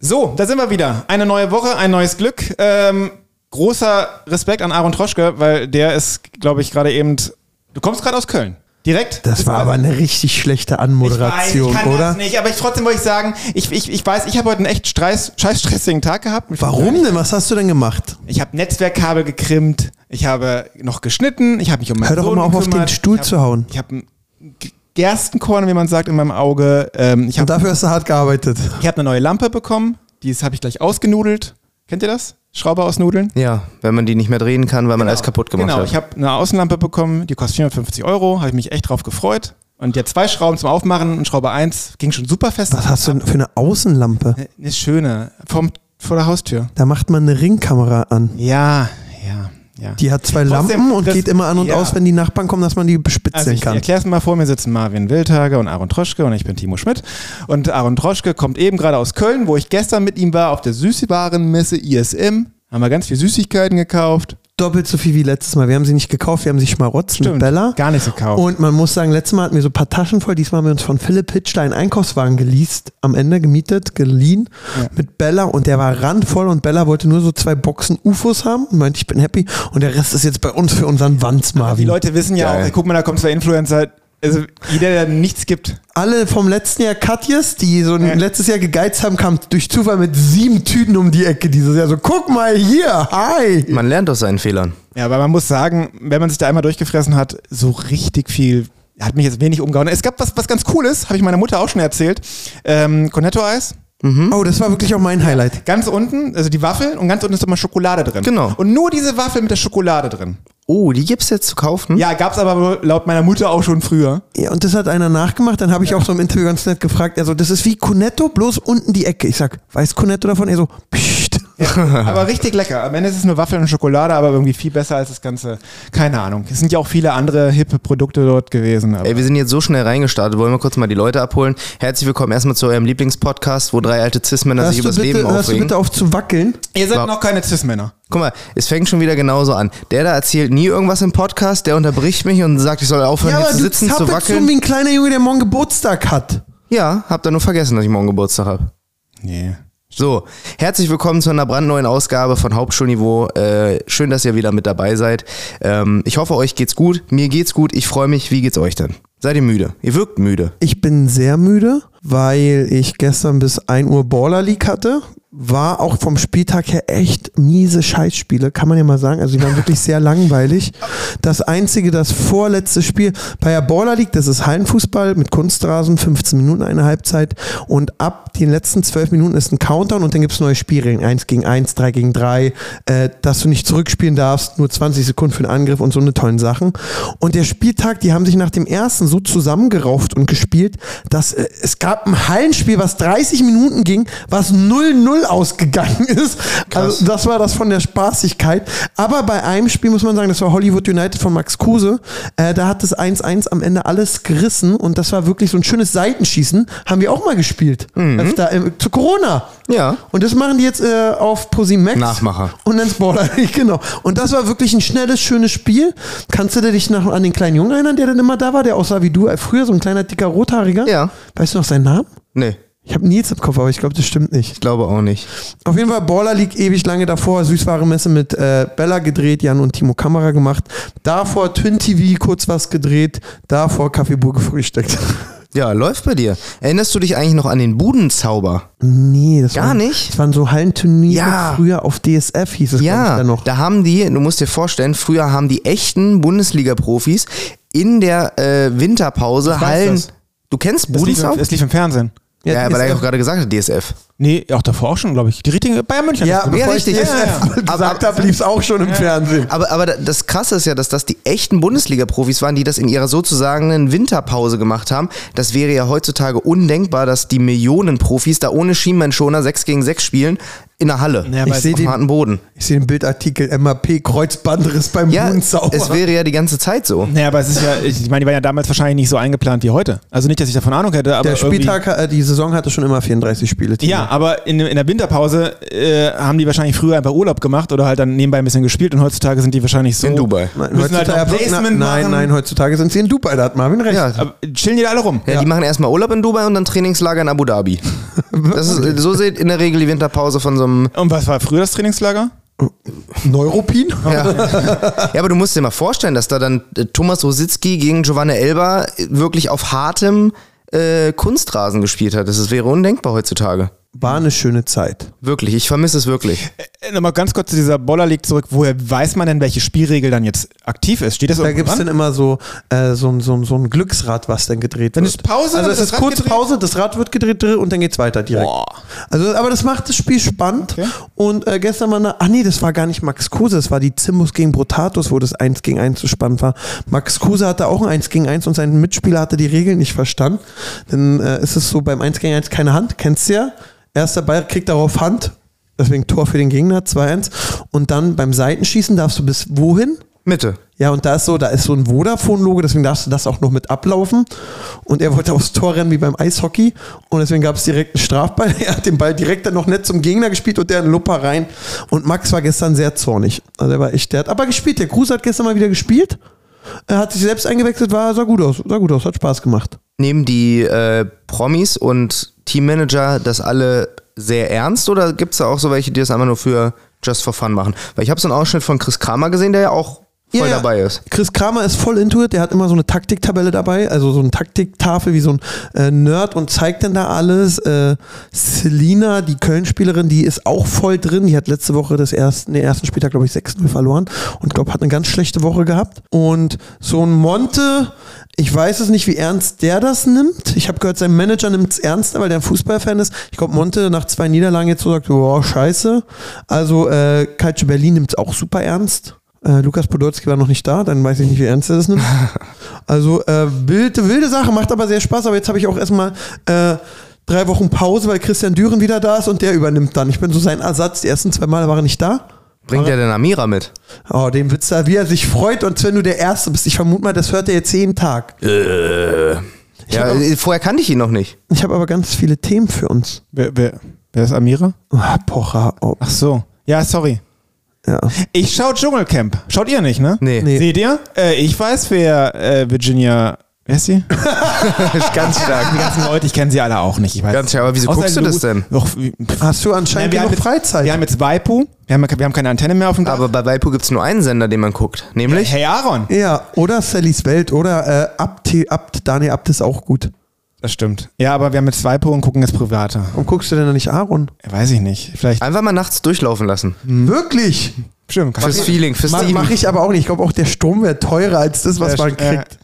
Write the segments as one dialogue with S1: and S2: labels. S1: So, da sind wir wieder. Eine neue Woche, ein neues Glück. Ähm, großer Respekt an Aaron Troschke, weil der ist, glaube ich, gerade eben. Du kommst gerade aus Köln. Direkt?
S2: Das war aber eine richtig schlechte Anmoderation,
S1: ich weiß, ich kann
S2: oder?
S1: Das nicht, aber ich trotzdem wollte ich sagen, ich, ich, ich weiß, ich habe heute einen echt Streis, scheiß stressigen Tag gehabt. Mit
S2: Warum denn? Was hast du denn gemacht?
S1: Ich habe Netzwerkkabel gekrimmt, ich habe noch geschnitten, ich habe mich um meinen
S2: Hör doch
S1: Sohn
S2: mal auf, auf
S1: gekümmert,
S2: den Stuhl zu hauen.
S1: Ich habe ein G- Gerstenkorn, wie man sagt, in meinem Auge. Ähm, ich
S2: Und
S1: habe
S2: dafür hast du hart gearbeitet.
S1: ich hab eine neue Lampe bekommen, die habe ich gleich ausgenudelt. Kennt ihr das? Schrauber ausnudeln?
S3: Ja, wenn man die nicht mehr drehen kann, weil man alles kaputt gemacht
S1: Genau,
S3: hat.
S1: ich habe eine Außenlampe bekommen, die kostet 450 Euro, habe ich mich echt drauf gefreut. Und jetzt zwei Schrauben zum Aufmachen und Schraube 1 ging schon super fest.
S2: Was hast du denn für eine Außenlampe?
S1: Eine schöne, vom, vor der Haustür.
S2: Da macht man eine Ringkamera an.
S1: Ja, ja, ja.
S2: Die hat zwei
S1: Trotzdem,
S2: Lampen und
S1: das-
S2: geht immer an und
S1: ja.
S2: aus, wenn die Nachbarn kommen, dass man die
S1: also
S2: bespitzeln
S1: ich
S2: kann.
S1: erkläre es mal vor, mir sitzen Marvin Wildhager und Aaron Troschke und ich bin Timo Schmidt. Und Aaron Troschke kommt eben gerade aus Köln, wo ich gestern mit ihm war, auf der Süßwarenmesse ISM. Haben wir ganz viel Süßigkeiten gekauft.
S2: Doppelt so viel wie letztes Mal. Wir haben sie nicht gekauft, wir haben sie schmarotzt mit Bella.
S1: gar nicht gekauft.
S2: Und man muss sagen, letztes Mal hatten wir so ein paar Taschen voll. Diesmal haben wir uns von Philipp Hitschler einen Einkaufswagen geleast, am Ende gemietet, geliehen mit Bella und der war randvoll und Bella wollte nur so zwei Boxen UFOs haben und meinte, ich bin happy und der Rest ist jetzt bei uns für unseren Wanz,
S1: die
S2: Marvin.
S1: Leute wissen ja
S3: Geil.
S1: auch, guck mal, da kommt zwei Influencer. Also jeder, der nichts gibt.
S2: Alle vom letzten Jahr Katjes, die so ein letztes Jahr gegeizt haben, kamen durch Zufall mit sieben Tüten um die Ecke dieses Jahr. So, guck mal hier, hi.
S3: Man lernt aus seinen Fehlern.
S1: Ja, aber man muss sagen, wenn man sich da einmal durchgefressen hat, so richtig viel hat mich jetzt wenig umgehauen. Es gab was, was ganz Cooles, habe ich meiner Mutter auch schon erzählt. Ähm, Cornetto-Eis.
S2: Oh, das war wirklich auch mein Highlight.
S1: Ganz unten, also die Waffeln und ganz unten ist immer Schokolade drin.
S3: Genau.
S1: Und nur diese Waffel mit der Schokolade drin.
S3: Oh, die gibt's jetzt zu kaufen?
S1: Ja, gab's aber laut meiner Mutter auch schon früher.
S2: Ja, und das hat einer nachgemacht. Dann habe ich auch so im Interview ganz nett gefragt. Also, das ist wie Cornetto, bloß unten die Ecke. Ich sag, weiß Cornetto davon? Er so, pscht.
S1: aber richtig lecker. Am Ende ist es nur Waffeln und Schokolade, aber irgendwie viel besser als das Ganze. Keine Ahnung. Es sind ja auch viele andere hippe Produkte dort gewesen. Aber
S3: Ey, wir sind jetzt so schnell reingestartet. Wollen wir kurz mal die Leute abholen? Herzlich willkommen erstmal zu eurem Lieblingspodcast, wo drei alte Cis-Männer sich
S2: Hörst du,
S3: übers
S2: bitte,
S3: Leben
S2: hörst du
S3: aufregen.
S2: bitte auf zu wackeln?
S1: ihr seid
S3: Wow.
S1: noch keine Cis-Männer.
S3: Guck mal, es fängt schon wieder genauso an. Der da erzählt nie irgendwas im Podcast, der unterbricht mich und sagt, ich soll aufhören, hier zu sitzen, zu
S2: zappelst rum
S3: wackeln.
S2: wie ein kleiner Junge, der morgen Geburtstag hat.
S3: Ja, hab da nur vergessen, dass ich morgen Geburtstag habe.
S1: Nee.
S3: So, herzlich willkommen zu einer brandneuen Ausgabe von Hauptschulniveau. Äh, schön, dass ihr wieder mit dabei seid. Ähm, ich hoffe, euch geht's gut. Mir geht's gut. Ich freue mich. Wie geht's euch denn? Seid ihr müde? Ihr wirkt müde.
S2: Ich bin sehr müde, weil ich gestern bis 1 Uhr Baller League hatte. War auch vom Spieltag her echt miese Scheißspiele, kann man ja mal sagen. Also die waren wirklich sehr langweilig. Das einzige, das vorletzte Spiel bei der Baller League, das ist Hallenfußball mit Kunstrasen, 15 Minuten eine Halbzeit. Und ab den letzten 12 Minuten ist ein Countdown und dann gibt's neue Spielregeln. 1 gegen 1, 3 gegen 3, äh, dass du nicht zurückspielen darfst, nur 20 Sekunden für den Angriff und so eine tollen Sachen. Und der Spieltag, die haben sich nach dem ersten so zusammengerauft und gespielt, dass äh, es gab ein Hallenspiel, was 30 Minuten ging, was 0-0 ausgegangen ist. Also das war das von der Spaßigkeit. Aber bei einem Spiel muss man sagen, das war Hollywood United von Max Kruse. Äh, da hat das 1-1 am Ende alles gerissen und das war wirklich so ein schönes Seitenschießen. Haben wir auch mal gespielt. Öfter, äh, zu Corona.
S3: Mhm. Ja.
S2: Und das machen die jetzt äh, auf ProSimax.
S3: Nachmacher.
S2: Und dann Spoiler, genau. Und das war wirklich ein schnelles, schönes Spiel. Kannst du dich noch an den kleinen Jungen erinnern, der dann immer da war, der aussah wie du äh, früher, so ein kleiner, dicker Rothaariger?
S3: Ja.
S2: Weißt du noch seinen Namen?
S3: Nee,
S2: Ich habe Nils im Kopf, aber ich glaube, das stimmt nicht.
S3: ich glaube auch nicht.
S2: Auf jeden Fall Baller League ewig lange davor, Süßwarenmesse mit äh, Bella gedreht, Jan und Timo Kamera gemacht. Davor Twin TV kurz was gedreht, davor Kaffeeburg gefrühstückt.
S3: Ja, läuft bei dir. Erinnerst du dich eigentlich noch an den Budenzauber?
S2: Nee, das
S3: Gar
S2: waren,
S3: nicht?
S2: Das waren so Hallenturniere
S3: Ja.
S2: früher auf DSF, hieß es glaub ich,
S3: Ja,
S2: dann noch.
S3: da haben die, du musst dir vorstellen, früher haben die echten Bundesliga-Profis in der äh, Winterpause
S1: weiß
S3: Hallen.
S1: das.
S3: Du kennst
S1: Es lief, im,
S3: Budenzauber?
S1: es lief im Fernsehen.
S3: Ja, aber da
S2: DSF.
S3: habe ich auch gerade gesagt, DSF.
S1: Nee, auch davor auch schon, glaube ich. Die richtige Bayern München.
S2: Ja,
S1: hat das
S2: Also bevor
S1: gemacht.
S3: ja,
S2: ich
S3: richtig.
S2: DSF
S3: Ja, ja.
S2: gesagt
S3: Aber-
S2: habe, lief es auch schon im Fernsehen.
S3: Aber, aber das Krasse ist ja, dass das die echten Bundesliga-Profis waren, die das in ihrer sozusagen Winterpause gemacht haben. Das wäre ja heutzutage undenkbar, dass die Millionen Profis da ohne Schienbeinschoner 6 gegen 6 spielen in der Halle.
S1: Ja,
S3: Ja,
S1: aber
S3: ich
S1: es-
S3: sehe
S2: den-
S3: den harten Boden.
S2: Ich sehe den Bildartikel MAP Kreuzbandriss beim
S3: Ja,
S2: Budenzauber.
S3: es wäre ja die ganze Zeit so.
S1: Naja, aber es ist ja, ich meine, die waren ja damals wahrscheinlich nicht so eingeplant wie heute. Also nicht, dass ich davon Ahnung hätte, aber.
S2: der
S1: irgendwie-
S2: Spieltag, äh, die Saison hatte schon immer 34 Spiele. Timo.
S1: Ja, Ja, aber in, in der Winterpause äh, haben die wahrscheinlich früher einfach Urlaub gemacht oder halt dann nebenbei ein bisschen gespielt und heutzutage sind die wahrscheinlich so.
S3: In Dubai.
S2: Nein,
S1: Müssen halt
S2: heutzutage,
S1: noch Placement
S2: na, nein,
S1: machen.
S2: nein, heutzutage sind sie in Dubai, da hat Marvin recht.
S3: Ja.
S1: Aber chillen die da alle rum?
S3: Ja, die machen erstmal Urlaub in Dubai und dann Trainingslager in Abu Dhabi. Das ist, so sieht in der Regel die Winterpause von so einem.
S1: Und was war früher das Trainingslager?
S2: Neuropin?
S3: Ja. ja, aber du musst dir mal vorstellen, dass da dann äh, Thomas Rositzky gegen Giovanna Elba äh, wirklich auf hartem äh, Kunstrasen gespielt hat. Das ist, wäre undenkbar heutzutage.
S2: War eine schöne Zeit.
S3: Wirklich, ich vermisse es wirklich.
S1: Äh, Nochmal ganz kurz zu dieser Boller League zurück. Woher weiß man denn, welche Spielregel dann jetzt aktiv ist? Steht das
S2: Da
S1: irgendwo
S2: gibt es dann
S1: dran?
S2: immer so, äh, so, ein- so, ein- so ein Glücksrad, was dann gedreht
S1: Dann
S2: wird.
S1: ist Pause,
S2: also
S1: dann
S2: es
S1: wird das
S2: ist
S1: Rad
S2: kurz
S1: gedreht?
S2: Pause, das Rad wird gedreht dr- und dann geht's weiter direkt. Also, aber das macht das Spiel spannend.
S1: Okay.
S2: Und äh, gestern war eine, ah nee, das war gar nicht Max Kruse, das war die Zimbus gegen Brotatus, wo das 1 gegen 1 so spannend war. Max Kruse hatte auch ein 1 gegen 1 und sein Mitspieler hatte die Regeln nicht verstanden. Dann äh, ist es so beim 1 gegen 1 keine Hand, kennst du ja. Erster Ball kriegt darauf Hand, deswegen Tor für den Gegner, 2-1. Und dann beim Seitenschießen darfst du bis wohin?
S3: Mitte.
S2: Ja, und da ist so, da ist so ein Vodafone-Logo, deswegen darfst du das auch noch mit ablaufen. Und er wollte aufs Tor rennen wie beim Eishockey. Und deswegen gab es direkt einen Strafball. Er hat den Ball direkt dann noch nett zum Gegner gespielt und der in Lupper rein. Und Max war gestern sehr zornig. Also er war echt, der hat aber gespielt. Der Kruse hat gestern mal wieder gespielt. Er hat sich selbst eingewechselt, war, sah gut aus, sah gut aus, hat Spaß gemacht.
S3: Nehmen die äh, Promis und Teammanager das alle sehr ernst oder gibt es da auch so welche, die das einfach nur für just for fun machen? Weil ich habe so einen Ausschnitt von Chris Kramer gesehen, der ja auch voll
S2: Ja, ja.
S3: dabei ist.
S2: Chris Kramer ist voll into it, der hat immer so eine Taktiktabelle dabei, also so eine Taktiktafel wie so ein äh, Nerd und zeigt dann da alles. Äh, Selina, die Köln-Spielerin, die ist auch voll drin, die hat letzte Woche das ersten, den ersten Spieltag, glaube ich, 6-0 verloren und glaube, hat eine ganz schlechte Woche gehabt. Und so ein Monte, ich weiß es nicht, wie ernst der das nimmt. Ich habe gehört, sein Manager nimmt es ernster, weil der ein Fußballfan ist. Ich glaube, Monte nach zwei Niederlagen jetzt so sagt, boah, scheiße. Also, äh, Calcio Berlin nimmt es auch super ernst. Äh, Lukas Podolski war noch nicht da, dann weiß ich nicht, wie ernst er das nimmt. Also äh, wilde, wilde Sache, macht aber sehr Spaß. Aber jetzt habe ich auch erstmal äh, drei Wochen Pause, weil Christian Düren wieder da ist und der übernimmt dann. Ich bin so sein Ersatz. Die ersten zwei Male war er nicht da.
S3: Bringt er denn Amira mit?
S2: Oh, den Witz da, wie er sich freut und wenn du der Erste bist. Ich vermute mal, das hört er jetzt jeden Tag.
S3: Ja, äh, vorher kannte ich ihn noch nicht.
S2: Ich habe aber ganz viele Themen für uns.
S1: Wer, wer, wer ist Amira?
S2: Ah, Pocher. Oh,
S1: Ach so. Ja, sorry.
S2: ja.
S1: Ich schau Dschungelcamp. Schaut ihr nicht, ne?
S3: Nee.
S2: Nee.
S1: Seht ihr? Äh, ich weiß, wer äh, Virginia. Wer ist sie?
S3: Ganz
S1: Die
S3: stark.
S1: ganzen Leute, ich kenne sie alle auch nicht. Ich weiß.
S3: Ganz klar, aber wieso guckst du das denn?
S1: Doch,
S2: Hast du
S1: Nein,
S2: anscheinend
S1: wir, haben
S2: genug
S1: jetzt,
S2: Freizeit?
S1: wir haben jetzt Waipu. Wir haben, wir haben keine Antenne mehr auf dem Dach.
S3: Aber bei Waipu gibt es nur einen Sender, den man guckt. Ah, Nämlich?
S1: Hey Aaron.
S2: ja, oder Sallys Welt oder äh, Abt, Abt, Daniel Abt ist auch gut.
S1: Das stimmt. Ja, aber wir haben jetzt Waipu und gucken jetzt Privater.
S2: Warum guckst du denn da nicht Aaron?
S1: Weiß ich nicht. Vielleicht.
S3: Einfach mal nachts durchlaufen lassen.
S1: Mhm.
S2: Wirklich?
S1: Stimmt. Kann
S3: Fürs Feeling, fürs
S2: Mache
S3: Team.
S2: mach ich aber auch nicht. Ich glaube auch, der Strom wäre teurer als das, was
S1: Ja,
S2: man
S1: st- Äh.
S2: kriegt.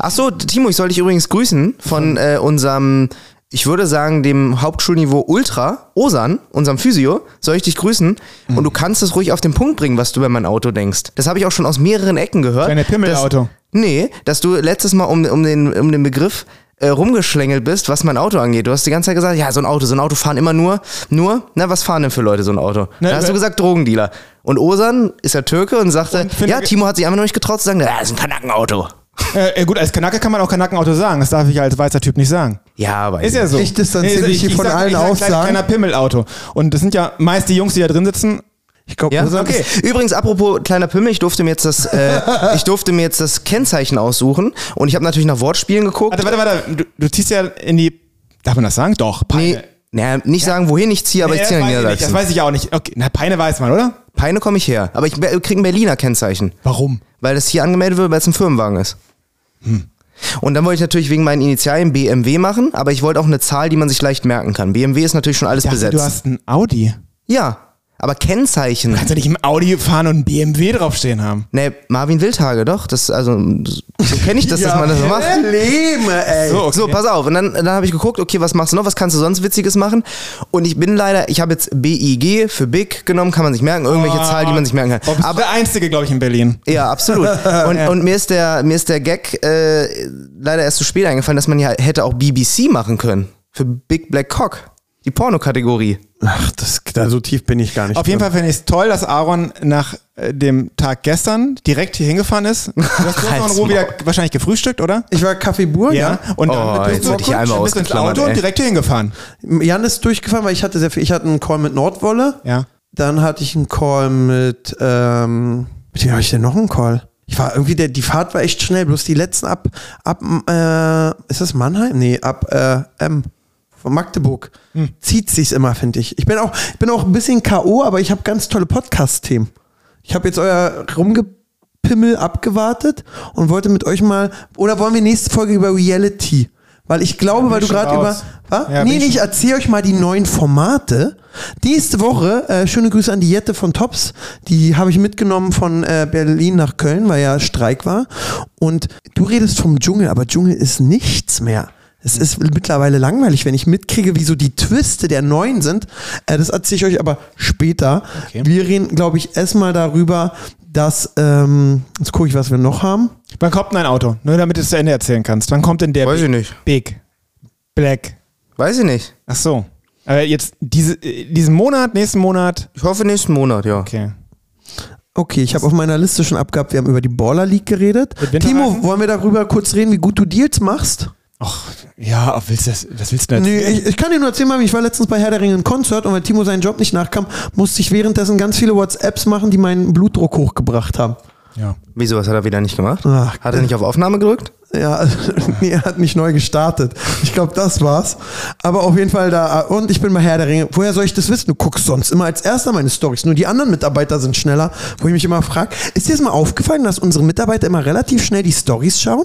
S3: Achso, Timo, ich soll dich übrigens grüßen von äh, unserem, ich würde sagen, dem Hauptschulniveau Ultra, Osan, unserem Physio, soll ich dich grüßen.
S2: Mhm.
S3: Und du kannst es ruhig auf den Punkt bringen, was du über mein Auto denkst. Das habe ich auch schon aus mehreren Ecken gehört.
S1: Kleine Pimmelauto.
S3: Dass- Nee, dass du letztes Mal um, um, den, um den Begriff äh, rumgeschlängelt bist, was mein Auto angeht. Du hast die ganze Zeit gesagt, ja, so ein Auto, so ein Auto fahren immer nur, nur, na, was fahren denn für Leute so ein Auto?
S1: Ne,
S3: da hast du
S1: ne-
S3: gesagt, Drogendealer. Und Osan ist ja Türke und sagte,
S1: finde-
S3: ja, Timo hat sich einfach noch nicht getraut zu sagen, ja, ist ein Kanackenauto.
S1: Äh, gut, als Kanake kann man auch Kanakenauto sagen. Das darf ich ja als weißer Typ nicht sagen.
S3: Ja, aber
S1: Ist ja so.
S2: Ich distanziere
S1: Nee,
S2: mich hier von
S1: sag-
S2: allen
S1: ich sag
S2: Aussagen.
S1: gleich Kleiner Pimmelauto. Und das sind ja meist die Jungs, die da drin sitzen.
S2: Ich glaube,
S3: Ja, okay. Übrigens, apropos kleiner Pimmel, ich durfte mir jetzt das, äh, ich durfte mir jetzt das Kennzeichen aussuchen und ich habe natürlich nach Wortspielen geguckt.
S1: Warte, warte, warte. Du, du ziehst ja in die. Darf man das sagen? Doch. Peine.
S3: nee, naja, nicht sagen, wohin ich ziehe, aber
S1: Nee,
S3: ich
S1: das
S3: ziehe nach
S1: weiß ich nicht. Das
S3: Niedersachsen.
S1: weiß ich auch nicht. Okay. Na, Peine weiß man, oder?
S3: Peine komme ich her, aber ich be- krieg ein Berliner Kennzeichen,
S1: Warum?
S3: weil das hier angemeldet wird, weil es ein Firmenwagen ist.
S1: Hm.
S3: Und dann wollte ich natürlich wegen meinen Initialen BMW machen, aber ich wollte auch eine Zahl, die man sich leicht merken kann. BMW ist natürlich schon alles
S1: Ich dachte,
S3: besetzt.
S1: du hast einen Audi.
S3: ja, aber Kennzeichen.
S1: Kannst du nicht im Audi fahren und einen BMW draufstehen haben?
S3: Nee, Marvin Wildhage, doch. Das, also, so kenne ich das, dass man das so macht.
S2: Lebe, ey.
S1: So, okay.
S3: So, pass auf. Und dann, dann habe ich geguckt, okay, was machst du noch? Was kannst du sonst Witziges machen? Und ich bin leider, ich habe jetzt BIG für Big genommen, kann man sich merken, irgendwelche Zahlen, die man sich merken
S1: Oh,
S3: kann.
S1: bist du der Einzige, glaube ich, in Berlin.
S3: Ja, absolut. Und, und mir ist der, mir ist der Gag äh, leider erst zu spät eingefallen, dass man ja hätte auch BBC machen können. Für Big Black Cock. Die Pornokategorie.
S2: Ach, das, da so tief bin ich gar nicht.
S1: Auf jeden
S2: drin.
S1: Fall finde ich es toll, dass Aaron nach äh, dem Tag gestern direkt hier hingefahren ist. Du hast, du hast noch in
S3: Halt's
S1: Ruhe wieder wahrscheinlich gefrühstückt, oder?
S2: Ich war Kaffeeburg, ja.
S1: Und
S3: Oh,
S1: dann bist
S3: jetzt
S1: du
S3: hätte ich einmal
S1: bist ins
S3: ausgeklammert,
S1: Auto
S3: ey.
S1: und direkt hier hingefahren.
S2: Jan ist durchgefahren, weil ich hatte sehr viel. Ich hatte einen Call mit Nordwolle.
S1: Ja.
S2: Dann hatte ich einen Call mit, ähm, mit wem habe ich denn noch einen Call? Ich war irgendwie, der, die Fahrt war echt schnell, bloß die letzten ab, ab, äh, ist das Mannheim? Nee, ab, äh, M. Von Magdeburg. Zieht sich's immer, finde ich. Ich bin auch, ich bin auch ein bisschen K.O., aber ich habe ganz tolle Podcast-Themen. Ich habe jetzt euer Rumgepimmel abgewartet und wollte mit euch mal, oder wollen wir nächste Folge über Reality? Weil ich glaube, weil du
S1: ich schon
S2: gerade über,
S1: raus.
S2: was?
S1: Ja, bin
S2: nee,
S1: ich
S2: nee, ich erzähle euch mal die neuen Formate. Nächste Woche, äh, schöne Grüße an die Jette von Tops. Die habe ich mitgenommen von äh, Berlin nach Köln, weil ja Streik war. Und du redest vom Dschungel, aber Dschungel ist nichts mehr. Es ist mittlerweile langweilig, wenn ich mitkriege, wie so die Twiste der Neuen sind. Äh, das erzähle ich euch aber später. Wir reden, glaube ich, erstmal darüber, dass, ähm, jetzt gucke ich, was wir noch haben.
S1: Wann kommt denn ein Auto? Nur damit du es zu Ende erzählen kannst. Wann kommt denn der
S3: Weiß
S1: Big,
S3: ich nicht.
S1: Big Black?
S3: Weiß ich nicht.
S1: Ach so. Aber jetzt diese, äh, diesen Monat, nächsten Monat.
S3: Ich hoffe nächsten Monat, ja.
S1: Okay.
S2: Okay, ich habe auf meiner Liste schon abgehabt, wir haben über die Baller League geredet.
S1: Mit Winterreifen?
S2: Timo, wollen wir darüber kurz reden, wie gut du Deals machst?
S1: Ach, ja, willst du das, was willst du
S2: Nee, ich, ich kann dir nur erzählen, Mami, ich war letztens bei Herr der Ringe in Konzert und weil Timo seinen Job nicht nachkam, musste ich währenddessen ganz viele WhatsApps machen, die meinen Blutdruck hochgebracht haben.
S1: Ja.
S3: Wieso, was hat er wieder nicht gemacht?
S2: Ach, äh.
S3: Hat er nicht auf Aufnahme gedrückt?
S2: Ja, also, nee, er hat nicht neu gestartet. Ich glaube, das war's. Aber auf jeden Fall da. Und ich bin bei Herr der Ringe. Woher soll ich das wissen? Du guckst sonst immer als erster meine Stories. Nur die anderen Mitarbeiter sind schneller, wo ich mich immer frage, ist dir das mal aufgefallen, dass unsere Mitarbeiter immer relativ schnell die Stories schauen?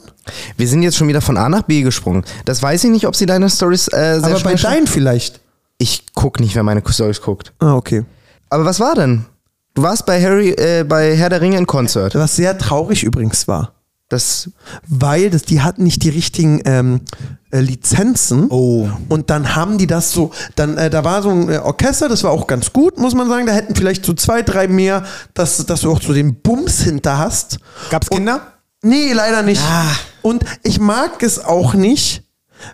S3: Wir sind jetzt schon wieder von A nach B gesprungen. Das weiß ich nicht, ob sie deine Stories äh, sehr
S2: Aber bei
S3: schnell scha-
S2: deinen vielleicht.
S3: Ich guck nicht, wer meine Stories guckt.
S2: Ah, okay.
S3: Aber was war denn? Du warst bei Harry, äh, bei Herr der Ringe in Konzert.
S2: Was sehr traurig übrigens war.
S3: Das,
S2: weil das, die hatten nicht die richtigen ähm, äh, Lizenzen.
S1: Oh.
S2: Und dann haben die das so, dann äh, da war so ein äh, Orchester, das war auch ganz gut, muss man sagen. Da hätten vielleicht so zwei, drei mehr, dass, dass du auch so den Bums hinter hast.
S1: Gab's
S2: Und-
S1: Kinder?
S2: Nee, leider nicht.
S1: Ah.
S2: Und ich mag es auch nicht,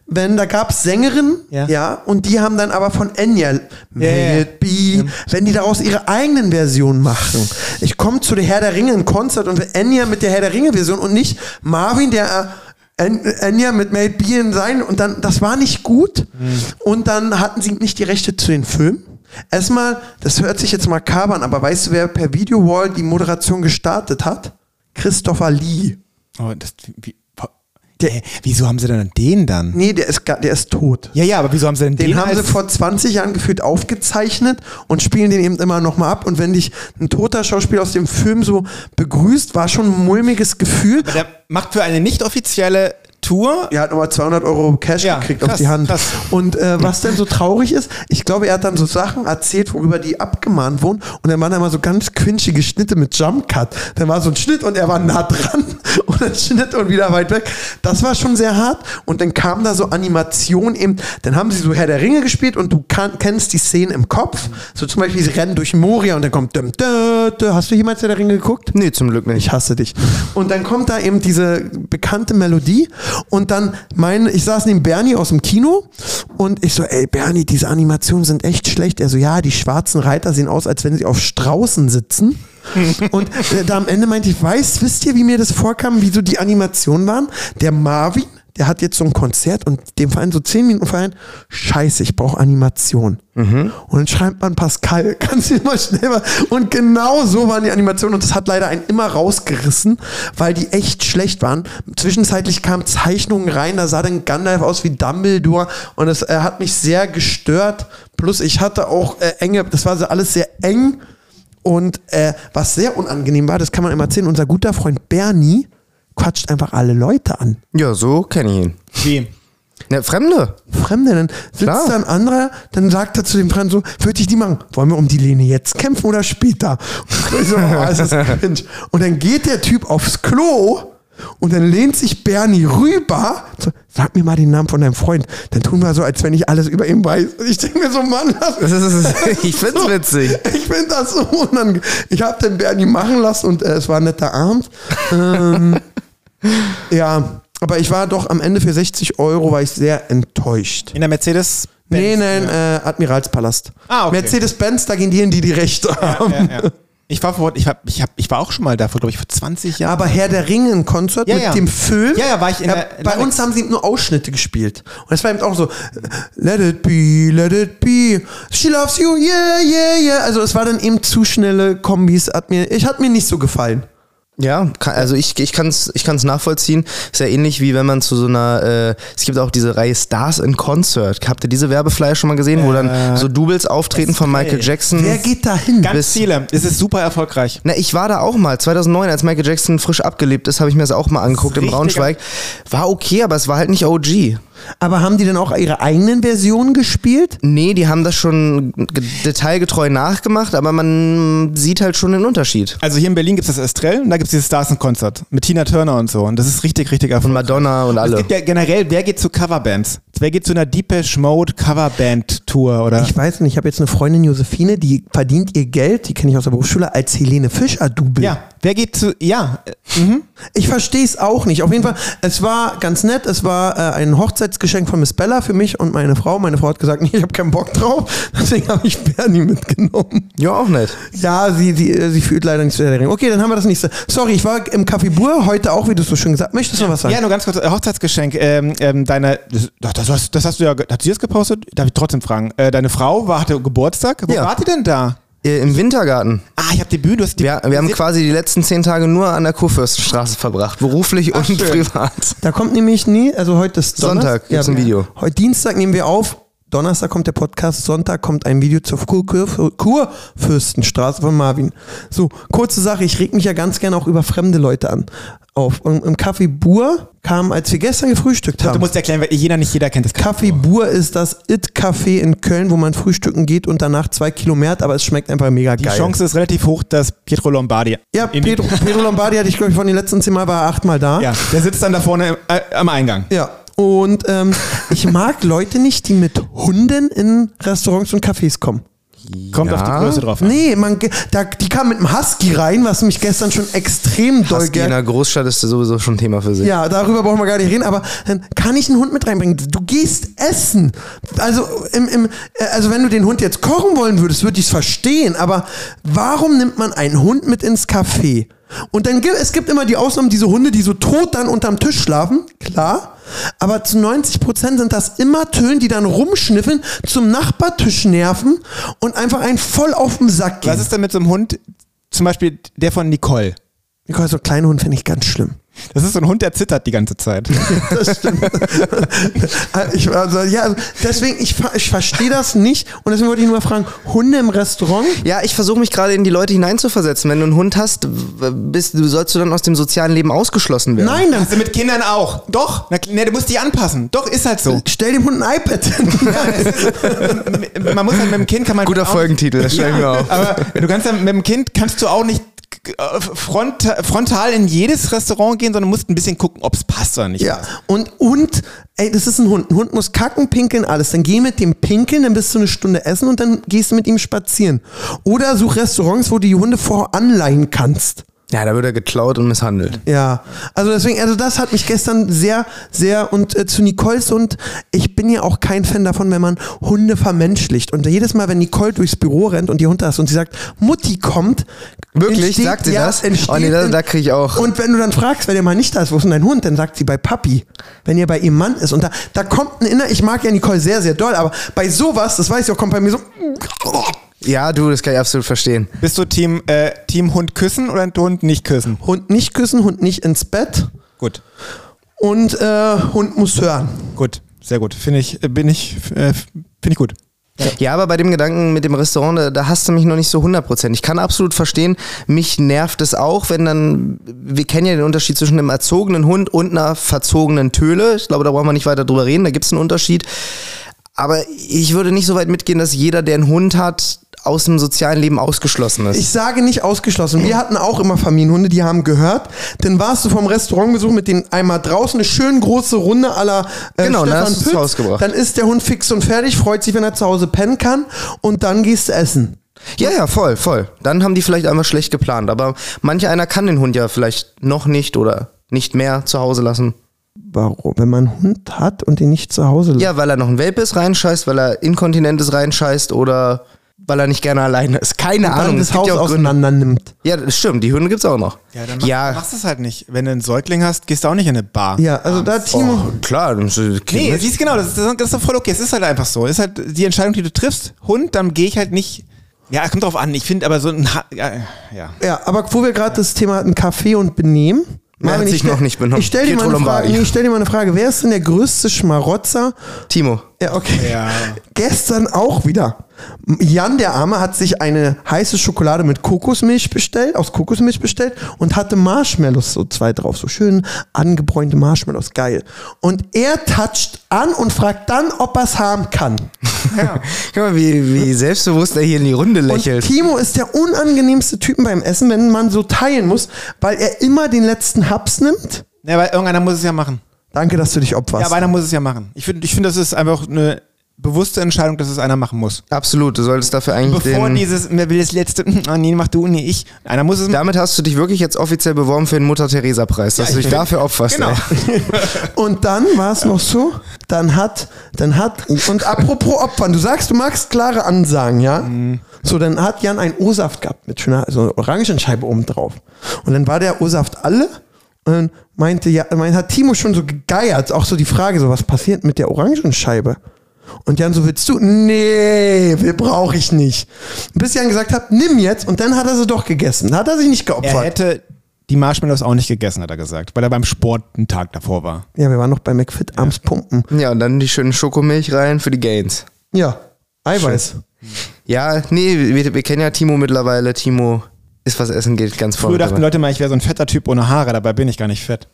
S2: wenn da gab's Sängerinnen,
S1: Ja.
S2: ja. und die haben dann aber von Enya
S1: ja. Ähm.
S2: May it be, wenn die daraus ihre eigenen Versionen machen. Ich komme zu der Herr der Ringe im Konzert und will Enya mit der Herr der Ringe Version und nicht Marvin, der äh, En- Enya mit May it be in sein und dann, das war nicht gut.
S1: Mhm.
S2: Und dann hatten sie nicht die Rechte zu den Filmen. Erstmal, das hört sich jetzt makaber an, aber weißt du, wer per Videowall die Moderation gestartet hat? Christopher Lee.
S1: Oh, das, wie, der, wieso haben sie denn den dann?
S2: Nee, der ist, ga- der ist tot.
S1: Ja, ja, aber wieso haben sie denn den?
S2: Den haben sie
S1: als-
S2: vor 20 Jahren gefühlt aufgezeichnet und spielen den eben immer nochmal ab. Und wenn dich ein toter Schauspieler aus dem Film so begrüßt, war schon ein mulmiges Gefühl.
S1: der macht für eine nicht offizielle Tour.
S2: Er hat nochmal 200 Euro Cash
S1: Ja,
S2: gekriegt
S1: krass,
S2: auf die Hand.
S1: krass.
S2: Und äh, was denn so traurig ist, ich glaube, er hat dann so Sachen erzählt, worüber die abgemahnt wurden. Und dann waren da immer so ganz quinschige Schnitte mit Jump Cut. Dann war so ein Schnitt und er war nah dran und dann Schnitt und wieder weit weg. Das war schon sehr hart. Und dann kam da so Animation eben. Dann haben sie so Herr der Ringe gespielt und du kann, kennst die Szenen im Kopf. So zum Beispiel, sie rennen durch Moria und dann kommt. Dum, dum, dum. Hast du jemals Herr der Ringe geguckt?
S3: nee, zum Glück nicht.
S2: ich hasse dich. Und dann kommt da eben diese bekannte Melodie und dann mein, ich saß neben Bernie aus dem Kino und ich so, ey Bernie, diese Animationen sind echt schlecht. Er so, ja, die schwarzen Reiter sehen aus, als wenn sie auf Straußen sitzen. und äh, da am Ende meinte ich, weiß, wisst ihr, wie mir das vorkam, wie so die Animationen waren? Der Marvin, der hat jetzt so ein Konzert und dem fallen so 10 Minuten fallen, scheiße, ich brauche Animation. Und dann schreibt man Pascal, kannst du mal schnell mal. Und genau so waren die Animationen und das hat leider einen immer rausgerissen, weil die echt schlecht waren. Zwischenzeitlich kamen Zeichnungen rein, da sah dann Gandalf aus wie Dumbledore und das äh, hat mich sehr gestört. Plus ich hatte auch äh, enge, das war so alles sehr eng. Und äh, was sehr unangenehm war, das kann man immer erzählen, unser guter Freund Bernie quatscht einfach alle Leute an.
S3: Ja, so kenne ich ihn.
S1: Wie?
S3: Ne, Fremde.
S2: Fremde, dann sitzt
S3: Klar.
S2: da ein anderer, dann sagt er zu dem Fremden so, würde ich die machen, wollen wir um die Lehne jetzt kämpfen oder später? Und, ich so, oh, es ist cringe. und dann geht der Typ aufs Klo und dann lehnt sich Bernie rüber, so, sag mir mal den Namen von deinem Freund, dann tun wir so, als wenn ich alles über ihn weiß. Und ich denke mir so, Mann, lass
S3: Das ist- ich find's witzig.
S2: ich finde das so unangenehm. Ich habe den Bernie machen lassen und äh, es war ein netter Abend. Ähm, ja, aber ich war doch am Ende für 60 Euro, war ich sehr enttäuscht.
S1: In der Mercedes
S2: Nee, nein, äh, Admiralspalast.
S1: Ah, okay.
S2: Mercedes-Benz, da gehen diejenigen, die die Rechte haben.
S1: Ja, ja. Ich war vor, ich, hab, ich, hab, ich war auch schon mal da, vor, glaube ich, vor 20 Jahren.
S2: Aber Herr der Ringen Konzert
S1: Ja,
S2: mit
S1: ja.
S2: dem Film.
S1: Ja, ja, war ich in der-
S2: Bei
S1: Alex-
S2: uns haben sie nur Ausschnitte gespielt. Und das war eben auch so, äh, let it be, let it be, she loves you, yeah, yeah, yeah. Also es war dann eben zu schnelle Kombis. Hat mir, ich hat mir nicht so gefallen.
S3: Ja, kann, also ich, ich kann es ich kann's nachvollziehen. Ist ja ähnlich wie wenn man zu so einer, äh, es gibt auch diese Reihe Stars in Concert. Habt ihr diese Werbeflyer schon mal gesehen, wo dann so Doubles auftreten von Michael Jackson?
S2: Wer geht da hin?
S1: Mhm. Ganz
S3: Bis-
S1: viele. Es ist super erfolgreich.
S3: Na, ich war da auch mal. 2009, als Michael Jackson frisch abgelebt ist, habe ich mir das auch mal angeguckt in
S1: Richtiger-
S3: Braunschweig. War okay, aber es war halt nicht OG.
S2: Aber haben die dann auch ihre eigenen Versionen gespielt?
S3: Nee, die haben das schon ge- detailgetreu nachgemacht, aber man sieht halt schon den Unterschied.
S1: Also hier in Berlin gibt es das Estrell und da gibt es dieses Stars and Concert mit Tina Turner und so. Und das ist richtig, richtig
S3: Und
S1: erfolgreich.
S3: Madonna und
S1: Es
S3: alle.
S1: gibt ja generell, wer geht zu Coverbands? Wer geht zu einer Deepesh Mode Coverband Tour oder?
S2: Ich weiß nicht, ich habe jetzt eine Freundin Josephine, die verdient ihr Geld, die kenne ich aus der Berufsschule, als Helene Fischer-Double.
S1: ja, wer geht zu, ja, äh,
S2: Ich verstehe es auch nicht. Auf jeden Fall, es war ganz nett. Es war äh, ein Hochzeitsgeschenk von Miss Bella für mich und meine Frau. Meine Frau hat gesagt, nee, ich habe keinen Bock drauf. Deswegen habe ich Bernie mitgenommen.
S3: Ja, auch nicht.
S2: Ja, sie, sie, äh, sie fühlt leider nicht zu der Ring. Okay, dann haben wir das nächste. Sorry, ich war im Café Bur heute auch, wie du es so schön gesagt hast. Möchtest du noch was sagen?
S1: ja, nur ganz kurz, äh, Hochzeitsgeschenk, ähm, ähm, deine, das, doch, das, hast, das hast du ja, ge- hat sie das gepostet? Darf ich trotzdem fragen? Äh, deine Frau war, hatte Geburtstag, wo
S3: Ja.
S1: war die denn da?
S3: Äh, Im Wintergarten.
S1: Ah, ich hab die Bühne, du hast die
S3: Wir, wir haben quasi die letzten zehn Tage nur an der Kurfürstenstraße verbracht, beruflich
S1: Ach,
S3: und
S1: schön.
S3: privat.
S2: Da kommt nämlich nie, also heute ist Donnerstag.
S3: Sonntag gibt's ein Video.
S2: Heute Dienstag nehmen wir auf. Donnerstag kommt der Podcast, Sonntag kommt ein Video zur Kur Kur Kurfürstenstraße von Marvin. So, kurze Sache, ich reg mich ja ganz gerne auch über fremde Leute an. Auf. Und Im Café Bur kam, als wir gestern gefrühstückt
S1: Du
S2: haben.
S1: musst erklären, weil jeder nicht jeder kennt das
S2: Café Bur ist das It-Café in Köln, wo man frühstücken geht und danach zwei Kilometer, aber es schmeckt einfach mega
S1: Die
S2: geil.
S1: Chance ist relativ hoch, dass Pietro Lombardi.
S2: ja,
S1: in-
S2: Pedro, Pedro Lombardi hatte ich, glaube ich, von den letzten zehn Mal war er achtmal da.
S1: ja, der sitzt dann da vorne äh, am Eingang.
S2: Ja. Und ähm, ich mag Leute nicht, die mit Hunden in Restaurants und Cafés kommen.
S1: Kommt auf die Größe drauf an.
S2: Nee, man, ge- da, die kam mit einem Husky rein, was mich gestern schon extrem doll
S3: Husky in
S2: ge-
S3: der Großstadt ist sowieso schon Thema für sich.
S2: Ja, darüber brauchen wir gar nicht reden, aber dann kann ich einen Hund mit reinbringen? Du gehst essen. Also, im, im, äh, also wenn du den Hund jetzt kochen wollen würdest, würde ich es verstehen, aber warum nimmt man einen Hund mit ins Café? Und dann gibt es gibt immer die Ausnahmen, diese Hunde, die so tot dann unterm Tisch schlafen, klar. Aber zu 90 Prozent sind das immer Töne, die dann rumschniffeln, zum Nachbartisch nerven und einfach einen voll auf den Sack gehen.
S1: Was ist denn mit so einem Hund, zum Beispiel der von Nicole?
S2: Nicole, so kleine Hund finde ich ganz schlimm.
S1: Das ist so ein Hund, der zittert die ganze Zeit.
S2: Das stimmt. ich, war so, ja, also deswegen, ich, ver- ich verstehe das nicht. Und deswegen wollte ich nur mal fragen, Hunde im Restaurant?
S3: Ja, ich versuche mich gerade in die Leute hineinzuversetzen. Wenn du einen Hund hast, w- bist, du- sollst du dann aus dem sozialen Leben ausgeschlossen werden.
S2: Nein, dann
S1: Hast du Also mit Kindern auch? Doch. Na, ne, du musst dich anpassen. Doch, ist halt so.
S2: stell dem Hund ein iPad hin.
S1: man muss halt mit dem Kind kann man
S3: Guter
S1: auch-
S3: Folgentitel, das stellen wir auf.
S1: Aber du kannst dann mit dem Kind kannst du auch nicht äh, front, frontal in jedes Restaurant gehen, sondern musst ein bisschen gucken, ob es passt oder nicht.
S2: Ja, und, und, ey, das ist ein Hund. Ein Hund muss kacken, pinkeln, alles. Dann geh mit dem pinkeln, dann bist du eine Stunde essen und dann gehst du mit ihm spazieren. Oder such Restaurants, wo du die Hunde vorher anleihen kannst.
S3: Ja, da wird er geklaut und misshandelt.
S2: Ja, also deswegen, also das hat mich gestern sehr, sehr und äh, zu Nicoles und ich bin ja auch kein Fan davon, wenn man Hunde vermenschlicht. Und jedes Mal, wenn Nicole durchs Büro rennt und die Hunde hast und sie sagt, Mutti kommt,
S3: Wirklich? Sagt sie das?
S2: Entsteht
S3: Oh nee, da-
S2: in-
S3: da krieg ich auch-
S2: Und wenn du dann fragst, wenn ihr mal nicht da ist, wo ist denn dein Hund, dann sagt sie bei Papi, wenn ihr bei ihrem Mann ist. Und da, da kommt ein Inner, ich mag ja Nicole sehr, sehr doll, aber bei sowas, das weiß ich auch, kommt bei mir so.
S3: Ja, du, das kann ich absolut verstehen.
S1: Bist du Team, äh, Team Hund küssen oder Hund nicht küssen?
S2: Hund nicht küssen, Hund nicht ins Bett
S1: Gut.
S2: und äh, Hund muss hören.
S1: Gut. Sehr gut. Finde ich, äh, bin ich, äh, finde ich gut.
S3: Ja, aber bei dem Gedanken mit dem Restaurant, da, da hast du mich noch nicht so 100%. Ich kann absolut verstehen, mich nervt es auch, wenn dann, wir kennen ja den Unterschied zwischen einem erzogenen Hund und einer verzogenen Töle. Ich glaube, da brauchen wir nicht weiter drüber reden, da gibt es einen Unterschied. Aber ich würde nicht so weit mitgehen, dass jeder, der einen Hund hat, aus dem sozialen Leben ausgeschlossen ist.
S2: Ich sage nicht ausgeschlossen. Wir hatten auch immer Familienhunde, die haben gehört. Dann warst du vom Restaurantbesuch mit denen einmal draußen, eine schön große Runde aller äh,
S3: Genau,
S2: Stefan
S3: dann hast du es
S2: Pütz.
S3: rausgebracht.
S2: Dann ist der Hund fix und fertig, freut sich, wenn er zu Hause pennen kann und dann gehst du essen.
S3: ja, ja, voll, voll. Dann haben die vielleicht einfach schlecht geplant. Aber manch einer kann den Hund ja vielleicht noch nicht oder nicht mehr zu Hause lassen.
S2: warum, wenn man einen Hund hat und ihn nicht zu Hause lässt.
S3: Ja, weil er noch ein Welpe ist, reinscheißt, weil er inkontinent ist, reinscheißt oder weil er nicht gerne alleine ist. Keine
S2: und
S3: Ahnung.
S2: dann das
S3: es gibt
S2: Haus
S3: ja auch Gründe.
S2: auseinander nimmt.
S3: Ja, das stimmt, die Hunde gibt's auch noch.
S1: Ja, dann mach,
S3: ja,
S1: machst du es halt nicht. Wenn du einen Säugling hast, gehst du auch nicht in eine Bar.
S2: Ja, also da Timo,
S3: oh, klar, dann ist das Kind
S1: Nee,
S3: mit.
S1: siehst genau, das ist, das ist doch voll okay. Es ist halt einfach so. Es ist halt die Entscheidung, die du triffst. Hund, dann gehe ich halt nicht. Ja, kommt drauf an. Ich finde aber so ein. Ha ja, ja.
S2: Ja, aber wo wir gerade das Thema hatten, Kaffee und Benehmen.
S3: Wer hat
S2: Marvin, ich
S3: sich
S2: stell-
S3: noch nicht benommen? um
S2: Ich stell, dir mal eine
S3: Pietro
S2: Frage,
S3: Lombardi.
S2: nee, ich stell dir mal eine Frage. Wer ist denn der größte Schmarotzer?
S3: Timo.
S2: Ja, okay.
S1: Ja.
S2: Gestern auch wieder. Jan, der Arme, hat sich eine heiße Schokolade mit Kokosmilch bestellt, aus Kokosmilch bestellt und hatte Marshmallows, so zwei drauf, so schön angebräunte Marshmallows, geil. Und er toucht an und fragt dann, ob er es haben kann.
S3: Guck mal, wie, wie selbstbewusst er hier in die Runde lächelt.
S2: Und Timo ist der unangenehmste Typen beim Essen, wenn man so teilen muss, weil er immer den letzten Haps nimmt.
S1: ja, aber irgendeiner muss es ja machen.
S2: Danke, dass du dich opferst.
S1: Ja, aber einer muss es ja machen. Ich finde, ich find, das ist einfach eine bewusste Entscheidung, dass es einer machen muss.
S3: Absolut, du solltest dafür eigentlich
S1: Bevor
S3: den...
S1: dieses, wer will das letzte, ah, nee, mach du, nee, ich. Einer muss es machen.
S3: damit hast du dich wirklich jetzt offiziell beworben für den Mutter-Theresa-Preis, dass
S1: Ja,
S3: du
S1: ich
S3: dich
S1: bin-
S3: dafür opferst.
S1: Genau.
S3: Ey.
S2: und dann war es noch so, dann hat, dann hat, und apropos Opfern, du sagst, du magst klare Ansagen, ja?
S1: Mhm.
S2: So, dann hat Jan einen O-Saft gehabt mit schöner, so einer Orangenscheibe oben drauf. Und dann war der O-Saft alle. Und dann meinte, ja, mein, hat Timo schon so gegeiert, auch so die Frage, so, was passiert mit der Orangenscheibe? Und Jan so, willst du? Nee, will brauche ich nicht. Bis Jan gesagt hat, nimm jetzt. Und dann hat er sie doch gegessen. Dann hat er sich nicht
S1: Er
S2: geopfert.
S1: hätte die Marshmallows auch nicht gegessen, hat er gesagt, weil er beim Sport einen Tag davor war.
S2: Ja, wir waren noch bei McFit abends pumpen.
S3: Ja, und dann die schöne Schokomilch rein für die Gains.
S2: Ja, Eiweiß.
S3: Ja, nee, wir, wir kennen ja Timo mittlerweile. Timo ist, was Essen geht, ganz
S1: Früher
S3: vorne.
S1: dachten
S3: dabei.
S1: Leute mal, ich wäre so ein fetter Typ ohne Haare, dabei bin ich gar nicht fett.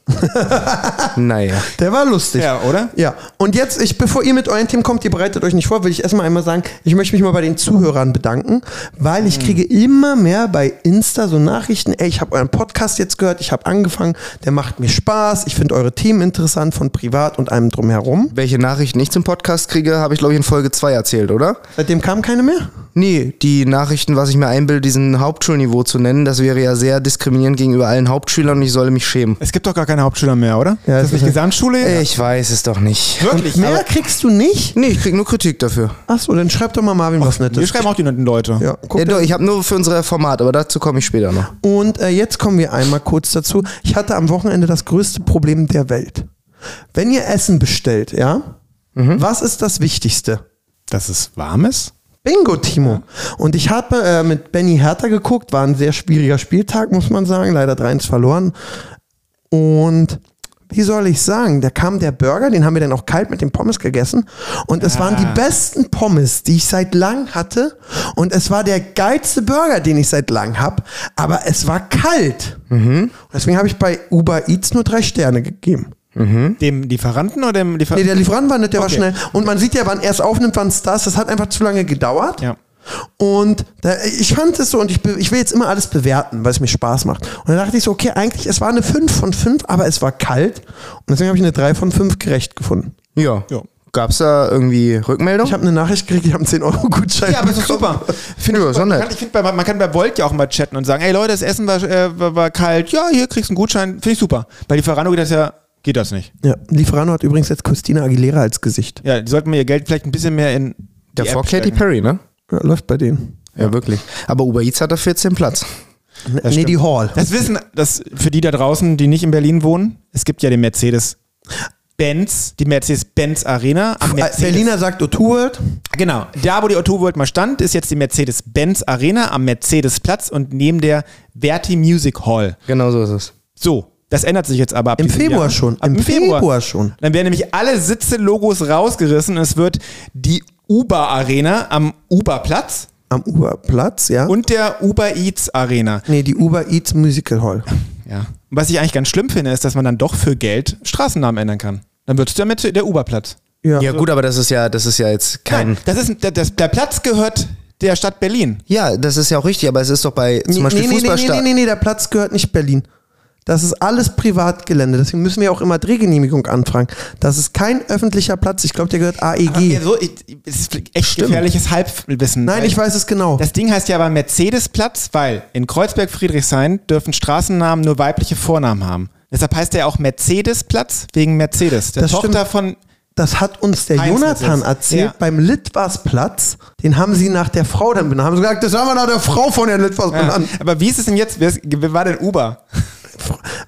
S3: Naja.
S2: Der war lustig.
S1: Ja, oder?
S2: Ja, und jetzt, ich, bevor ihr mit euren Themen kommt, ihr bereitet euch nicht vor, will ich erstmal einmal sagen, ich möchte mich mal bei den Zuhörern bedanken, weil
S1: Mhm.
S2: ich kriege immer mehr bei Insta so Nachrichten, ey, ich habe euren Podcast jetzt gehört, ich habe angefangen, der macht mir Spaß, ich finde eure Themen interessant von privat und allem drumherum.
S3: Welche Nachrichten ich zum Podcast kriege, habe ich, glaube ich, in Folge 2 erzählt, oder?
S2: Seitdem kam keine mehr.
S3: Nee, die Nachrichten, was ich mir einbilde, diesen Hauptschulniveau zu nennen, das wäre ja sehr diskriminierend gegenüber allen Hauptschülern und ich solle mich schämen.
S1: Es gibt doch gar keine Hauptschüler mehr, oder?
S2: Ja,
S1: ist das
S2: das ist
S1: nicht
S2: ja-
S1: Gesamtschule?
S3: Ich weiß es doch nicht.
S1: Wirklich?
S2: Mehr
S1: Aber-
S2: kriegst du nicht?
S3: Nee, ich krieg nur Kritik dafür.
S2: Achso, dann schreib doch mal Marvin was
S1: Wir
S2: Nettes.
S1: schreiben auch die netten Leute.
S2: Ja, guck
S3: ja, doch, ich habe nur für unser Format, aber dazu komme ich später noch.
S2: Und äh, jetzt kommen wir einmal kurz dazu. Ich hatte am Wochenende das größte Problem der Welt. Wenn ihr Essen bestellt, ja,
S1: Mhm.
S2: was ist das Wichtigste?
S1: Dass es warm ist?
S2: Bingo, Timo. Und ich habe äh, mit Benny Hertha geguckt, war ein sehr schwieriger Spieltag, muss man sagen. Leider 3-1 verloren. Und wie soll ich sagen, da kam der Burger, den haben wir dann auch kalt mit den Pommes gegessen. Und es waren die besten Pommes, die ich seit lang hatte. Und es war der geilste Burger, den ich seit lang habe. Aber es war kalt. Und deswegen habe ich bei Uber Eats nur drei Sterne gegeben.
S1: Dem Lieferanten oder dem
S2: Hm? Nee,
S1: Lieferanten?
S2: der Lieferant war nicht, der
S1: Okay.
S2: war schnell. Und man sieht ja, wann er es aufnimmt, wann es da ist. Das hat einfach zu lange gedauert.
S1: Ja.
S2: Und da, ich fand es so, und ich, be- ich will jetzt immer alles bewerten, weil es mir Spaß macht. Und dann dachte ich so, okay, eigentlich, es war eine 5 von 5, aber es war kalt. Und deswegen habe ich eine 3 von 5 gerecht gefunden.
S3: Ja.
S1: Ja.
S3: Gab's da irgendwie Rückmeldung?
S2: Ich habe eine Nachricht gekriegt, ich habe einen 10-Euro-Gutschein.
S1: Ja, aber es ist super.
S3: Finde ich
S1: Man kann, ich find, bei- man kann bei Volt ja auch mal chatten und sagen, ey Leute, das Essen war, äh, war, war kalt, ja, hier kriegst du einen Gutschein, finde ich super. Bei Lieferando geht das ja, geht das nicht.
S2: Ja, Lieferano hat übrigens jetzt Christina Aguilera als Gesicht.
S1: Ja, die sollten mal ihr Geld vielleicht ein bisschen mehr in die
S3: Davor
S1: App
S3: Katy
S1: stecken.
S3: Perry, ne?
S2: Ja, läuft bei denen.
S3: Ja, wirklich. Aber Uber Eats hat da 14 Platz.
S2: N-
S1: Das
S2: nee, die
S1: stimmt.
S2: Hall.
S1: Das wissen, das für die da draußen, die nicht in Berlin wohnen, es gibt ja den Mercedes Benz, die Mercedes-Benz Arena am
S2: Äh, Berliner sagt O2-World.
S1: Genau, da wo die O2 World mal stand, ist jetzt die Mercedes-Benz Arena am Mercedes-Platz und neben der Verti Music Hall.
S3: Genau so ist es.
S1: So, das ändert sich jetzt aber ab
S2: Im
S1: diesem
S2: Februar
S1: Jahr.
S2: schon.
S1: Ab
S2: Im
S1: Im Februar.
S2: Februar schon.
S1: Dann werden nämlich alle Sitze-Logos rausgerissen und es wird die Uber Arena am Uber-Platz
S2: Am Uberplatz, ja.
S1: und der Uber Eats Arena.
S2: nee, die Uber Eats Musical Hall.
S1: Ja. Und was ich eigentlich ganz schlimm finde, ist, dass man dann doch für Geld Straßennamen ändern kann. Dann wird es damit der Uber-Platz.
S3: Ja, gut, aber das ist ja, das ist ja jetzt kein.
S1: Nein, das ist, der, das, der Platz gehört der Stadt Berlin.
S3: Ja, das ist ja auch richtig, aber es ist doch bei zum Beispiel
S2: nee, nee, nee,
S3: Fußballsta-
S2: nee, nee, nee, der Platz gehört nicht Berlin. Das ist alles Privatgelände. Deswegen müssen wir auch immer Drehgenehmigung anfragen. Das ist kein öffentlicher Platz. Ich glaube, der gehört E AEG.
S1: Ja, so, ich, es ist echt
S3: Stimmt.
S1: gefährliches Halbwissen.
S2: Nein,
S1: Weil
S2: ich weiß es genau.
S1: Das Ding heißt ja aber Mercedes-Platz, weil in Kreuzberg-Friedrichshain dürfen Straßennamen nur weibliche Vornamen haben. Deshalb heißt er auch Mercedes-Platz wegen Mercedes. Der
S2: Das
S1: Tochter
S2: stimmt.
S1: von
S2: Das hat uns der
S1: Heinz
S2: Jonathan
S1: ist es.
S2: erzählt
S1: Ja.
S2: beim Litwas-Platz. Den haben sie nach der Frau dann benannt. Haben sie gesagt, das haben wir nach der Frau von der Litwas
S1: Ja.
S2: benannt.
S1: Aber wie ist es denn jetzt? Wer, ist, wer war denn Uber?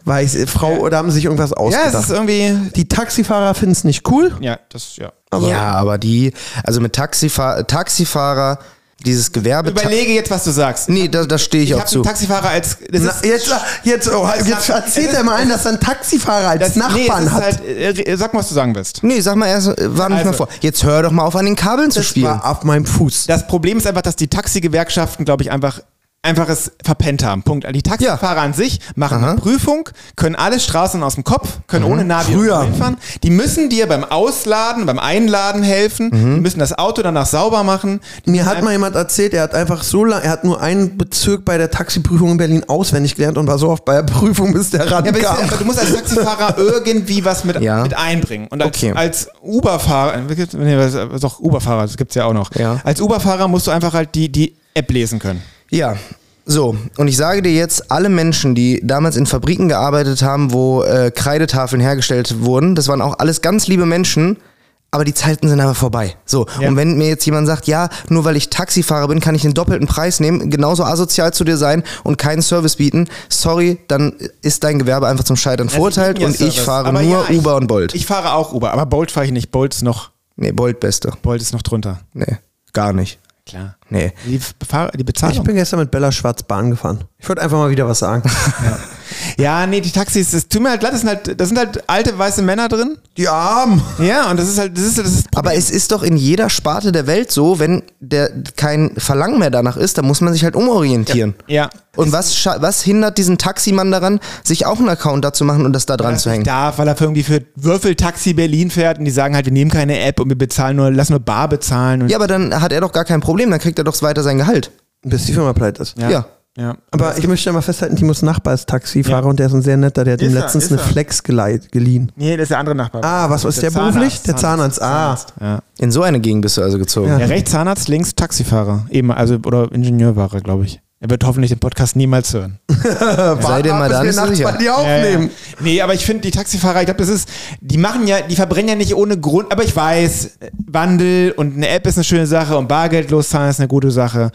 S2: Weiß, äh, Frau oder haben sich irgendwas
S1: Ja,
S2: ausgedacht.
S1: es ist irgendwie.
S2: die Taxifahrer finden es nicht cool.
S1: Ja, das, ja.
S2: Aber
S3: ja, aber die, also mit Taxifahr Taxifahrer, dieses Gewerbe.
S1: Überlege jetzt, was du sagst.
S3: nee, da, da stehe ich
S1: Ich
S3: auch
S1: habe einen
S3: zu.
S1: Taxifahrer als. Das
S2: Na,
S1: ist,
S2: jetzt, jetzt, oh, jetzt
S1: nach-
S2: erzählt
S1: es ist-
S2: er mal ein, dass er einen Taxifahrer als
S1: das, nee, es
S2: Nachbarn
S1: ist
S2: hat.
S1: halt. äh, Sag mal, was du sagen willst.
S3: Nee, sag mal erst, äh, war nicht
S1: Also.
S3: mehr vor. Jetzt hör doch mal auf, an den Kabeln zu spielen.
S2: War auf meinem Fuß.
S1: Das Problem ist einfach, dass die Taxigewerkschaften, glaube ich, einfach einfach es verpennt haben. Punkt. Also Die Taxifahrer an sich machen eine Prüfung, können alle Straßen aus dem Kopf, können ohne Navi
S2: Mhm. Früher.
S1: irgendwo hinfahren. Die müssen dir beim Ausladen, beim Einladen helfen.
S2: Mhm.
S1: Die müssen das Auto danach sauber machen. Die
S2: Mir
S1: müssen
S2: hat mal jemand erzählt, er hat einfach so lange, er hat nur einen Bezirk bei der Taxiprüfung in Berlin auswendig gelernt und war so oft bei der Prüfung, bis der
S1: Ja,
S2: rankam.
S1: aber, es- aber du musst als Taxifahrer irgendwie was mit,
S3: Ja.
S1: mit einbringen. Und als,
S3: Okay.
S1: als Uberfahrer, äh, nee, was- was auch Uberfahrer, das gibt's ja auch noch.
S3: Ja.
S1: Als Uberfahrer musst du einfach halt die, die App lesen können.
S3: Ja. So, und ich sage dir jetzt, alle Menschen, die damals in Fabriken gearbeitet haben, wo äh, Kreidetafeln hergestellt wurden, das waren auch alles ganz liebe Menschen, aber die Zeiten sind einfach vorbei. So,
S1: Ja.
S3: und wenn mir jetzt jemand sagt, ja, nur weil ich Taxifahrer bin, kann ich den doppelten Preis nehmen, genauso asozial zu dir sein und keinen Service bieten, sorry, dann ist dein Gewerbe einfach zum Scheitern verurteilt
S1: Ja,
S3: und ich
S1: Service.
S3: fahre
S1: Aber
S3: nur
S1: ja, ich-
S3: Uber und Bolt.
S1: Ich fahre auch Uber, aber Bolt fahre ich nicht. Bolt ist noch,
S3: nee, Bolt beste.
S1: Bolt ist noch drunter.
S3: Nee, gar nicht.
S1: Klar.
S3: Nee.
S1: Die, Fahr die
S2: Ich
S1: Bezahlung.
S2: bin gestern mit Bella Schwarz Bahn gefahren. Ich wollte einfach mal wieder was sagen.
S1: Ja, nee, die Taxis, das tut mir halt leid, das sind halt, das sind halt alte weiße Männer drin.
S2: Die Armen.
S1: Ja, und das ist halt, das ist, das ist
S3: Aber es ist doch in jeder Sparte der Welt so, wenn der kein Verlangen mehr danach ist, dann muss man sich halt umorientieren.
S1: ja.
S3: Und was, scha- was hindert diesen Taximann daran, sich auch einen Account dazu machen und das da dran zu
S1: nicht
S3: hängen?
S1: darf, weil er für irgendwie für Würfeltaxi Berlin fährt und die sagen halt, wir nehmen keine App und wir bezahlen nur, lassen nur bar bezahlen. Und
S3: Ja, aber dann hat er doch gar kein Problem, dann kriegt er doch weiter sein Gehalt.
S2: Bis die Firma pleite ist.
S3: Ja.
S1: ja.
S2: Aber ich möchte mal festhalten, Timos Nachbar ist Taxifahrer
S1: Ja.
S2: und der ist ein sehr netter, der hat ihm
S1: Ist er,
S2: letztens
S1: ist
S2: eine
S1: er.
S2: Flex gelei- geliehen.
S1: Nee, das ist der andere Nachbar.
S2: Ah, was ist der, beruflich? Der Zahnarzt. Ah.
S1: Ja.
S3: In so eine Gegend bist du also gezogen.
S2: Ja.
S1: ja, rechts Zahnarzt, links Taxifahrer. Eben, also, oder Ingenieur war er, glaube ich. Er wird hoffentlich den Podcast niemals hören.
S3: Sei dir mal da nicht so sicher.
S2: bei dir aufnehmen.
S1: Nee, aber ich finde, die Taxifahrer, ich glaube, das ist, die machen ja, die verbrennen ja nicht ohne Grund, aber ich weiß, Wandel und eine App ist eine schöne Sache und bargeldlos zahlen ist eine gute Sache.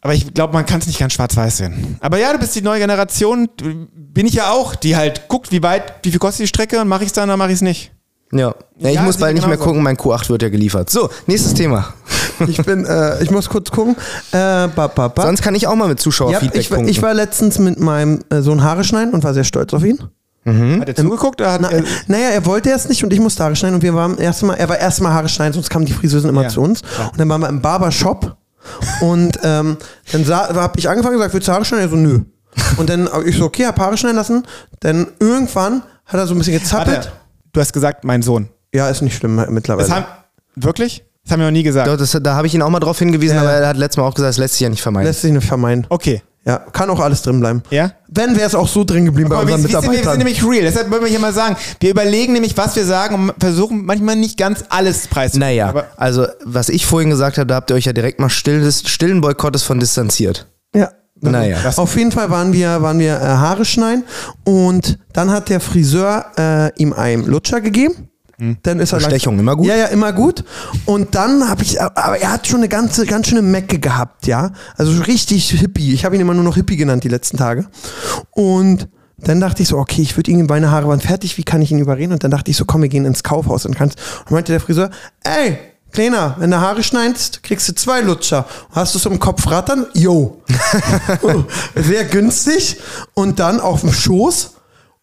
S1: Aber ich glaube, man kann es nicht ganz schwarz-weiß sehen. Aber ja, du bist die neue Generation, du- bin ich ja auch, die halt guckt, wie weit, wie viel kostet die Strecke und mache ich es dann oder mache ich es nicht.
S3: Ja. ja ich
S1: Ja,
S3: muss
S1: sieht
S3: bald nicht mehr
S1: genauso.
S3: gucken, mein Q8 wird ja geliefert. So, nächstes Thema.
S2: Ich bin, äh, ich muss kurz gucken. Äh, ba, ba, ba.
S3: Sonst kann ich auch mal mit
S2: ja,
S3: Zuschauerfeedback
S2: ich, war-
S3: punkten.
S2: ich war letztens mit meinem äh, Sohn Haare schneiden und war sehr stolz auf ihn.
S1: Hat er zugeguckt oder hat
S2: Na,
S1: er,
S2: naja, er wollte erst nicht und ich musste Haare schneiden und wir waren erstmal, er war erstmal Haare schneiden, sonst kamen die Friseusen immer
S1: Ja.
S2: zu uns.
S1: Ja.
S2: Und dann waren wir im Barbershop und ähm, dann habe ich angefangen und gesagt, willst du Haare schneiden? Er so, nö. Und dann hab ich so, okay, hab Haare schneiden lassen. Dann irgendwann hat er so ein bisschen gezappelt.
S1: warte, du hast gesagt, mein Sohn.
S2: Ja, ist nicht schlimm halt mittlerweile.
S1: Das haben, wirklich? Das haben wir noch nie gesagt.
S3: Doch, das, da habe ich ihn auch mal drauf hingewiesen, aber er hat letztes Mal auch gesagt, das lässt sich ja nicht vermeiden.
S2: Lässt sich nicht vermeiden.
S1: Okay.
S2: Ja, kann auch alles drin bleiben.
S1: Oh. Ja?
S2: Wenn wäre es auch so drin geblieben bei
S1: Aber wir,
S2: unseren
S1: wir, sind, wir sind
S2: Mitarbeitern.
S1: nämlich real, deshalb wollen wir hier mal sagen, wir überlegen nämlich, was wir sagen und versuchen manchmal nicht ganz alles preiszugeben.
S3: Naja,
S1: Aber
S3: also was ich vorhin gesagt habe, da habt ihr euch ja direkt mal still des, stillen Boykottes von distanziert.
S2: Ja.
S3: Naja.
S1: Das-
S2: Auf jeden Fall waren wir, waren wir äh, Haare schneiden und dann hat der Friseur äh, ihm einen Lutscher gegeben. Dann ist er lang-
S3: Mhm. Bestechung, immer gut.
S2: Ja, ja, immer gut. Und dann habe ich, aber er hat schon eine ganze, ganz schöne Mecke gehabt, ja. Also so richtig Hippie. Ich habe ihn immer nur noch Hippie genannt die letzten Tage. Und dann dachte ich so, okay, ich würde irgendwie meine Haare waren fertig, wie kann ich ihn überreden? Und dann dachte ich so, komm, wir gehen ins Kaufhaus und kannst. Und meinte der Friseur, ey, Kleiner, wenn du Haare schneidest, kriegst du zwei Lutscher. Hast du es im Kopf rattern? Yo. Sehr günstig. Und dann auf dem Schoß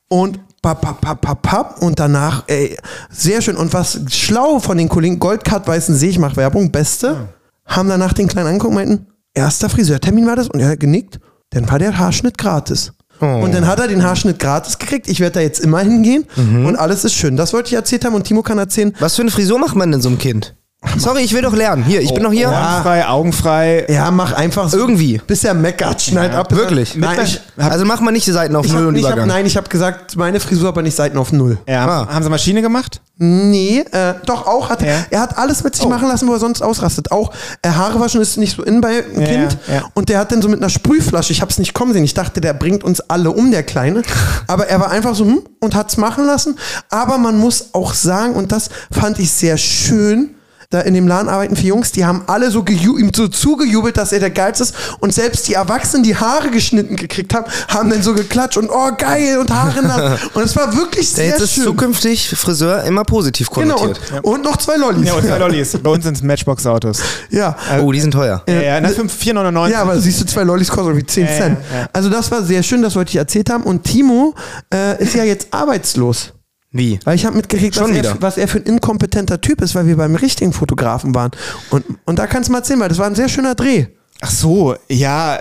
S2: und papp, papp, papp, papp, papp. Und danach, ey, sehr schön. Und was schlau von den Kollegen, Goldcard weißen See, ich mache Werbung, beste, haben danach den Kleinen angeguckt und meinten, erster Friseurtermin war das. Und er hat genickt, dann war der Haarschnitt gratis. Und dann hat er den Haarschnitt gratis gekriegt. Ich werde da jetzt immer hingehen und alles ist schön. Das wollte ich erzählt haben und Timo kann erzählen,
S3: Was für eine Frisur macht man denn so einem Kind? Sorry, ich will doch lernen. Hier, ich bin doch
S2: Oh,
S3: hier.
S1: Augenfrei, augenfrei.
S2: Ja, mach einfach so.
S3: Irgendwie.
S2: Bis er meckert, schneid ab.
S3: Wirklich.
S2: Nein, ich,
S3: also mach mal nicht die Seiten auf
S2: ich
S3: Null
S2: hab,
S3: und
S2: ich hab,
S3: Übergang.
S2: nein, ich habe gesagt, meine Frisur aber nicht Seiten auf Null.
S1: Ja,
S3: Ah.
S1: Haben sie Maschine gemacht?
S2: Nee, äh, doch auch hat
S1: Ja. Oh.
S2: er hat alles mit sich machen lassen, wo er sonst ausrastet. Auch äh, Haare waschen ist nicht so in bei einem
S1: Ja,
S2: Kind
S1: ja, ja.
S2: und der hat dann so mit einer Sprühflasche, ich hab's nicht kommen sehen. Ich dachte, der bringt uns alle um der kleine, aber er war einfach so hm, und hat's machen lassen, aber man muss auch sagen und das fand ich sehr schön. Da in dem Laden arbeiten vier Jungs, die haben alle so geju- ihm so zugejubelt, dass er der Geilste ist. Und selbst die Erwachsenen, die Haare geschnitten gekriegt haben, haben dann so geklatscht und oh geil und Haare nass. Und es war wirklich sehr
S3: Jetzt ist
S2: schön.
S3: zukünftig Friseur immer positiv
S2: Genau,
S3: konnotiert.
S2: und, und noch zwei Lollis.
S1: Ja, und zwei Also
S2: Ja,
S1: Lollis. Bei uns sind es Matchbox-Autos.
S3: oh, die sind teuer.
S1: Ja, ja, na, fünf- 4,99.
S2: Ja, aber siehst du, zwei Lollis kosten irgendwie 10
S1: Ja,
S2: Cent.
S1: ja, ja.
S2: Also das war sehr schön, das wollte ich erzählt haben. Und Timo äh, ist ja jetzt arbeitslos.
S3: Wie?
S2: Weil ich habe mitgekriegt, was
S3: Schon
S2: er,
S3: wieder.
S2: was er für ein inkompetenter Typ ist, weil wir beim richtigen Fotografen waren. Und, und da kannst du mal erzählen, weil das war ein sehr schöner Dreh.
S1: Ach so, ja,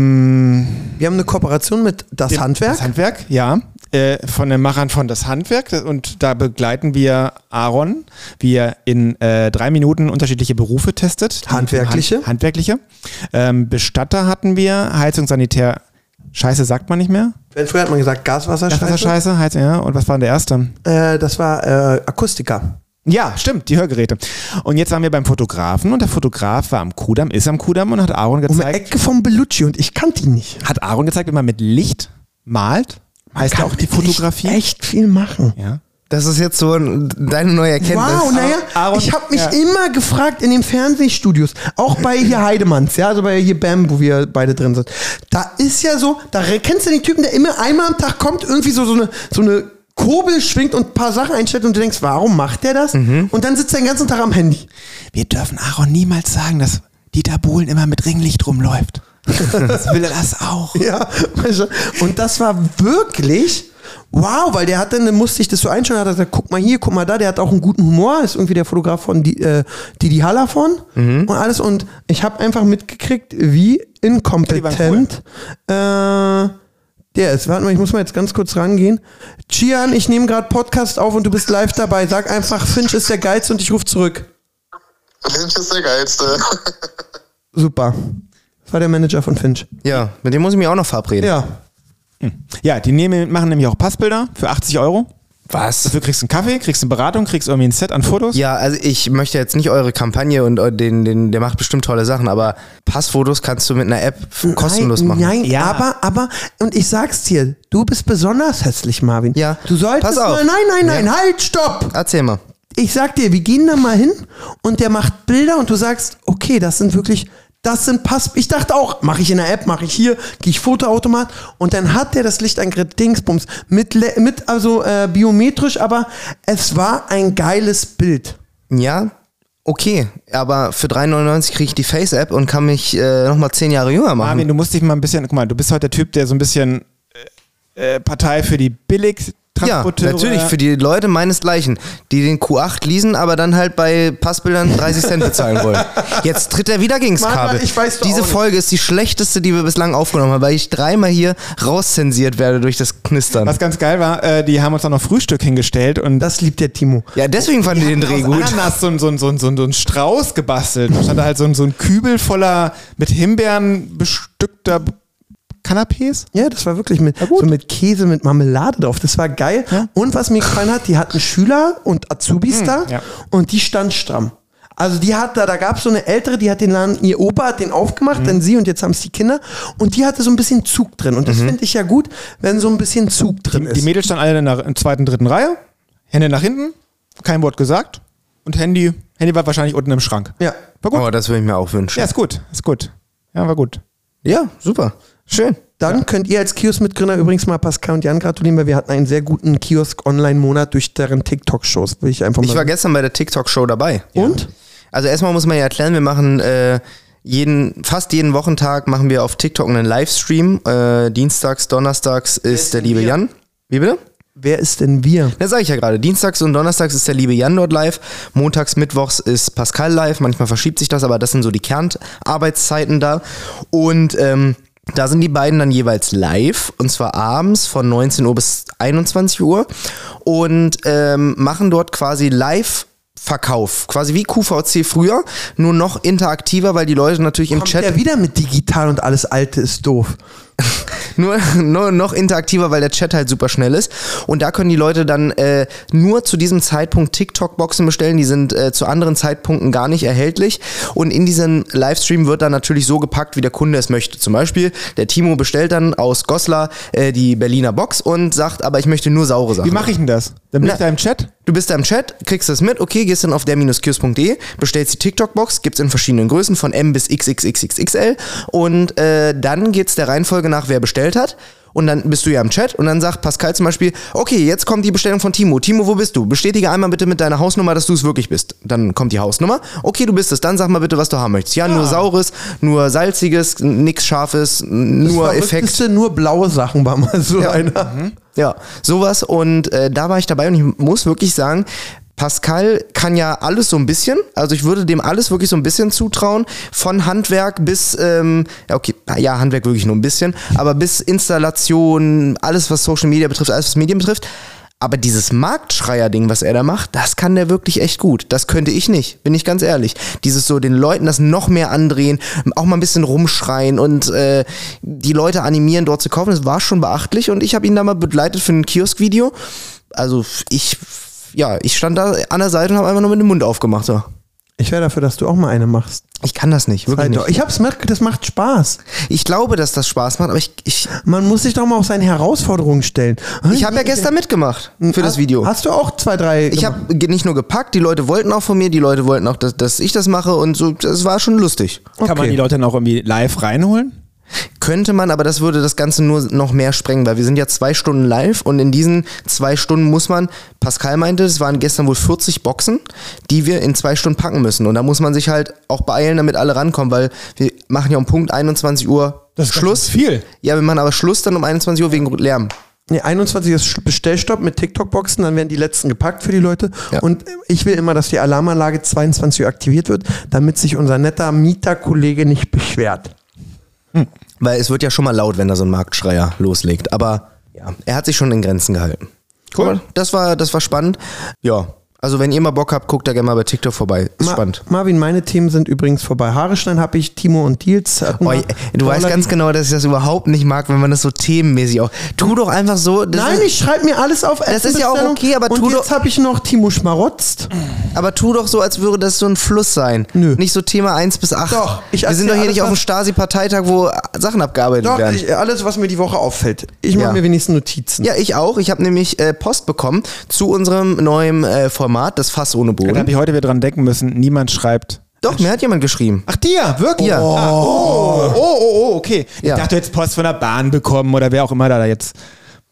S1: ähm.
S2: Wir haben eine Kooperation mit Das Handwerk.
S1: Das Handwerk, ja. Äh, von den Machern von Das Handwerk. Und da begleiten wir Aaron, wie er in äh, drei Minuten unterschiedliche Berufe testet. Die-
S2: Handwerkliche?
S1: Hand, handwerkliche. Ähm, Bestatter hatten wir, Heizung, Sanitär. Scheiße sagt man nicht mehr.
S2: Wenn Früher hat man gesagt Gaswasser,
S1: Das war
S2: Scheiße.
S1: Scheiße, Heizung, ja. Und was war denn der erste?
S2: Äh, das war äh, Akustiker.
S1: Ja, stimmt, die Hörgeräte. Und jetzt waren wir beim Fotografen und der Fotograf war am Kudamm, ist am Kudamm und hat Aaron
S2: Um die
S1: gezeigt.
S2: Ecke vom Bellucci und ich kannte ihn nicht.
S1: hat Aaron gezeigt, wie man mit Licht malt. Heißt ja auch die
S2: Kann mit Licht
S1: Fotografie.
S2: Echt viel machen.
S1: Ja.
S3: Das ist jetzt so ein, deine neue Erkenntnis.
S2: Wow, ne- naja,
S1: Aaron-
S2: ich habe mich
S1: ja.
S2: immer gefragt in den Fernsehstudios, auch bei hier Heidemanns, ja, also bei hier Bam, wo wir beide drin sind. Da ist ja so, da re- kennst du den Typen, der immer einmal am Tag kommt, irgendwie so, so eine, so eine Kurbel schwingt und ein paar Sachen einstellt und du denkst, warum macht der das?
S1: Mhm.
S2: Und dann sitzt er den ganzen Tag am Handy.
S1: Wir dürfen Aaron niemals sagen, dass Dieter Bohlen immer mit Ringlicht rumläuft. das will er das auch.
S2: Ja, weißt du? und das war wirklich wow, weil der hat dann, dann musste ich das so einschauen, hat er gesagt, guck mal hier, guck mal da, der hat auch einen guten Humor, ist irgendwie der Fotograf von Di- äh, Didi Hallervon
S1: Mhm.
S2: und alles und ich habe einfach mitgekriegt,
S1: Ja,
S2: wie
S1: die waren
S2: inkompetent äh, der ist. Warte mal, ich muss mal jetzt ganz kurz rangehen. Chian, ich nehme gerade Podcast auf und du bist live dabei. Sag einfach, Finch ist der Geiz und ich rufe zurück.
S4: Lynch ist der geilste.
S2: Super. Das war der Manager von Finch.
S3: ja, mit dem muss ich mich auch noch verabreden.
S2: Ja.
S1: Ja, die nehmen, machen nämlich auch Passbilder für 80 Euro.
S3: Was?
S1: Dafür kriegst du einen Kaffee, kriegst eine Beratung, kriegst irgendwie ein Set an Fotos.
S3: Ja, also ich möchte jetzt nicht eure Kampagne und äh, den, den, der macht bestimmt tolle Sachen, aber Passfotos kannst du mit einer App f- kostenlos
S2: nein,
S3: machen.
S2: Nein,
S1: Ja.
S2: aber, aber, und ich sag's dir, du bist besonders hässlich, Marvin.
S3: Ja.
S2: Du solltest
S3: Pass auf.
S2: mal, nein, nein, nein, halt, stopp!
S3: Erzähl mal.
S2: Ich sag dir, wir gehen da mal hin und der macht Bilder und du sagst, okay, das sind wirklich, das sind Pass, ich dachte auch, mache ich in der App, mache ich hier, gehe ich Fotoautomat und dann hat der das Licht angerät, Dingsbums, mit, Le- mit also äh, biometrisch, aber es war ein geiles Bild.
S3: Ja, okay, aber für 3,99 kriege ich die Face-App und kann mich äh, nochmal 10 Jahre jünger machen.
S1: Marvin, du musst dich mal ein bisschen, guck mal, du bist heute der Typ, der so ein bisschen äh, äh, Partei für die
S3: Ja,
S1: Billigtransporteure.
S3: natürlich, für die Leute meinesgleichen, die den Q8 leasen, aber dann halt bei Passbildern 30 Cent bezahlen wollen. Jetzt tritt er wieder gegens
S2: Mann, Mann,
S3: Kabel.
S2: ich weiß doch auch
S3: Diese
S2: nicht.
S3: Folge ist die schlechteste, die wir bislang aufgenommen haben, weil ich dreimal hier rauszensiert werde durch das Knistern.
S1: Was ganz geil war, äh, die haben uns dann noch Frühstück hingestellt und
S2: Das liebt der Timo.
S3: Ja, deswegen fand ich den Dreh
S1: aus
S3: gut.
S1: Ananas so ein, so ein, so ein, so ein, so ein Strauß gebastelt. Da stand da halt so ein, so ein Kübel voller mit Himbeeren bestückter Canapés.
S2: Ja, das war wirklich mit,
S1: gut.
S2: so mit Käse, mit Marmelade drauf. Das war geil. Und was mir gefallen hat, die hatten Schüler und Azubis da
S1: Mhm. ja.
S2: und die stand stramm. Also die hat da, da gab es so eine ältere, die hat den Laden, ihr Opa hat den aufgemacht,
S1: Mhm.
S2: dann sie und jetzt haben es die Kinder und die hatte so ein bisschen Zug drin. Und das finde ich ja gut, wenn so ein bisschen Zug drin
S1: Mhm. Die
S2: ist.
S1: Mädels standen alle in der zweiten, dritten Reihe, Hände nach hinten, kein Wort gesagt. Und Handy, Handy war wahrscheinlich unten im Schrank.
S2: Ja.
S1: War gut.
S3: Oh, das würde ich mir auch wünschen.
S1: Ja, ist gut, ist gut. Ja, war gut.
S3: Ja, super. Schön.
S2: Dann könnt ihr als Kiosk-Mitgründer übrigens mal Pascal und Jan gratulieren, weil wir hatten einen sehr guten Kiosk-Online-Monat durch deren TikTok-Shows. Will ich einfach mal
S3: Ich war gestern bei der TikTok-Show dabei.
S2: Und?
S3: Also erstmal muss man ja erklären, wir machen äh, jeden, fast jeden Wochentag machen wir auf TikTok einen Livestream. Äh, dienstags, donnerstags ist der liebe Jan. Wie bitte?
S2: Wer ist denn wir?
S3: Das sage ich ja gerade. Dienstags und Donnerstags ist der liebe Jan dort live. Montags, Mittwochs ist Pascal live. Manchmal verschiebt sich das, aber das sind so die Kernarbeitszeiten da. Und ähm, da sind die beiden dann jeweils live. Und zwar abends von 19 Uhr bis 21 Uhr. Und ähm, machen dort quasi live Verkauf. Quasi wie QVC früher, nur noch interaktiver, weil die Leute natürlich im
S2: Kommt
S3: Chat
S2: der wieder mit digital und alles alte ist doof.
S3: nur, nur noch interaktiver, weil der Chat halt super schnell ist. Und da können die Leute dann äh, nur zu diesem Zeitpunkt TikTok-Boxen bestellen. Die sind äh, zu anderen Zeitpunkten gar nicht erhältlich. Und in diesem Livestream wird dann natürlich so gepackt, wie der Kunde es möchte. Zum Beispiel, der Timo bestellt dann aus Goslar äh, die Berliner Box und sagt, aber ich möchte nur saure Sachen.
S1: Wie mache ich denn das? Dann bin
S3: Na-
S1: ich da im Chat?
S3: Du bist da im Chat, kriegst das mit, okay, gehst dann auf der-kiosk.de, bestellst die TikTok-Box, gibt's in verschiedenen Größen von M bis XXXXXL und äh, dann geht's der Reihenfolge nach, wer bestellt hat. Und dann bist du ja im Chat und dann sagt Pascal zum Beispiel, okay, jetzt kommt die Bestellung von Timo. Timo, wo bist du? Bestätige einmal bitte mit deiner Hausnummer, dass du es wirklich bist. Dann kommt die Hausnummer. Okay, du bist es. Dann sag mal bitte, was du haben möchtest. Ja, nur saures, nur salziges, nix scharfes, nur
S2: Das
S3: Effekt.
S2: Verrückteste, Nur blaue Sachen war mal so
S3: Ja.
S2: einer.
S3: Ja, sowas. Und äh, da war ich dabei und ich muss wirklich sagen, Pascal kann ja alles so ein bisschen. Also ich würde dem alles wirklich so ein bisschen zutrauen. Von Handwerk bis, ähm, ja, okay, ja, Handwerk wirklich nur ein bisschen, aber bis Installation, alles was Social Media betrifft, alles was Medien betrifft. Aber dieses Marktschreier-Ding, was er da macht, das kann der wirklich echt gut. Das könnte ich nicht, bin ich ganz ehrlich. Dieses so den Leuten das noch mehr andrehen, auch mal ein bisschen rumschreien und äh, die Leute animieren, dort zu kaufen, das war schon beachtlich. Und ich habe ihn da mal begleitet für ein Kiosk-Video. Also ich, ja, ich stand da an der Seite und habe einfach nur mit dem Mund aufgemacht. So.
S2: Ich wäre dafür, dass du auch mal eine machst.
S3: Ich kann das nicht, wirklich
S2: Alter,
S3: nicht.
S2: ich hab's merkt, das macht Spaß.
S3: Ich glaube, dass das Spaß macht, aber ich, ich,
S2: Man muss sich doch mal auf seine Herausforderungen stellen.
S3: ich habe ja gestern mitgemacht für das Video.
S2: Hast du auch zwei, drei?
S3: Ich
S2: gemacht?
S3: habe nicht nur gepackt, die Leute wollten auch von mir, die Leute wollten auch, dass, dass ich das mache und so, das war schon lustig.
S1: Kann man
S2: Okay.
S1: die Leute dann auch irgendwie live reinholen?
S3: Könnte man, aber das würde das Ganze nur noch mehr sprengen, weil wir sind ja zwei Stunden live und in diesen zwei Stunden muss man, Pascal meinte, es waren gestern wohl 40 Boxen, die wir in zwei Stunden packen müssen. Und da muss man sich halt auch beeilen, damit alle rankommen, weil wir machen ja um Punkt 21 Uhr Schluss.
S1: Viel.
S3: Ja, wir machen aber Schluss dann um 21 Uhr wegen Lärm.
S2: Nee, 21 ist Sch- Bestellstopp mit TikTok-Boxen, dann werden die letzten gepackt für die Leute.
S3: Ja.
S2: Und ich will immer, dass die Alarmanlage 22 Uhr aktiviert wird, damit sich unser netter Mieterkollege nicht beschwert.
S3: Weil es wird ja schon mal laut, wenn da so ein Marktschreier loslegt. Aber ja, er hat sich schon in Grenzen gehalten. Cool. Das war, das war spannend. Ja. Also wenn ihr mal Bock habt, guckt da gerne mal bei TikTok vorbei. Ist
S2: Ma-
S3: spannend.
S2: Marvin, meine Themen sind übrigens vorbei. Haare schneiden habe ich, Timo und Deals. hatten
S3: Boah,
S2: wir.
S3: ich- Oh, du weißt
S2: Dollar-
S3: ganz genau, dass ich das überhaupt nicht mag, wenn man das so themenmäßig auch. Tu doch einfach so. das
S2: Nein,
S3: ist,
S2: ich schreibe mir alles auf. Das
S3: ist ja auch okay, aber tu
S2: und
S3: doch-
S2: jetzt habe ich noch Timo schmarotzt.
S3: Aber tu doch so, als würde das so ein Fluss sein.
S2: Nö.
S3: Nicht so Thema 1 bis 8.
S2: Doch, ich
S3: Wir sind doch
S2: erzähl
S3: hier
S2: alles,
S3: nicht auf dem
S2: was-
S3: Stasi-Parteitag, wo Sachen abgearbeitet
S2: Doch,
S3: werden.
S2: ich, alles, was mir die Woche auffällt. Ich mache
S3: Ja.
S2: mir wenigstens Notizen.
S3: ja, ich auch. Ich habe nämlich äh, Post bekommen zu unserem neuen äh, Format, das Fass ohne
S1: Da
S3: Boden.
S1: habe ich heute wieder dran denken müssen, niemand schreibt.
S3: Doch, mir hat jemand geschrieben.
S1: Ach, dir, wirklich?
S3: Ja.
S1: Ah, oh, oh, oh, oh, okay.
S3: Ja.
S1: Ich dachte, du hättest Post von der Bahn bekommen oder wer auch immer da jetzt.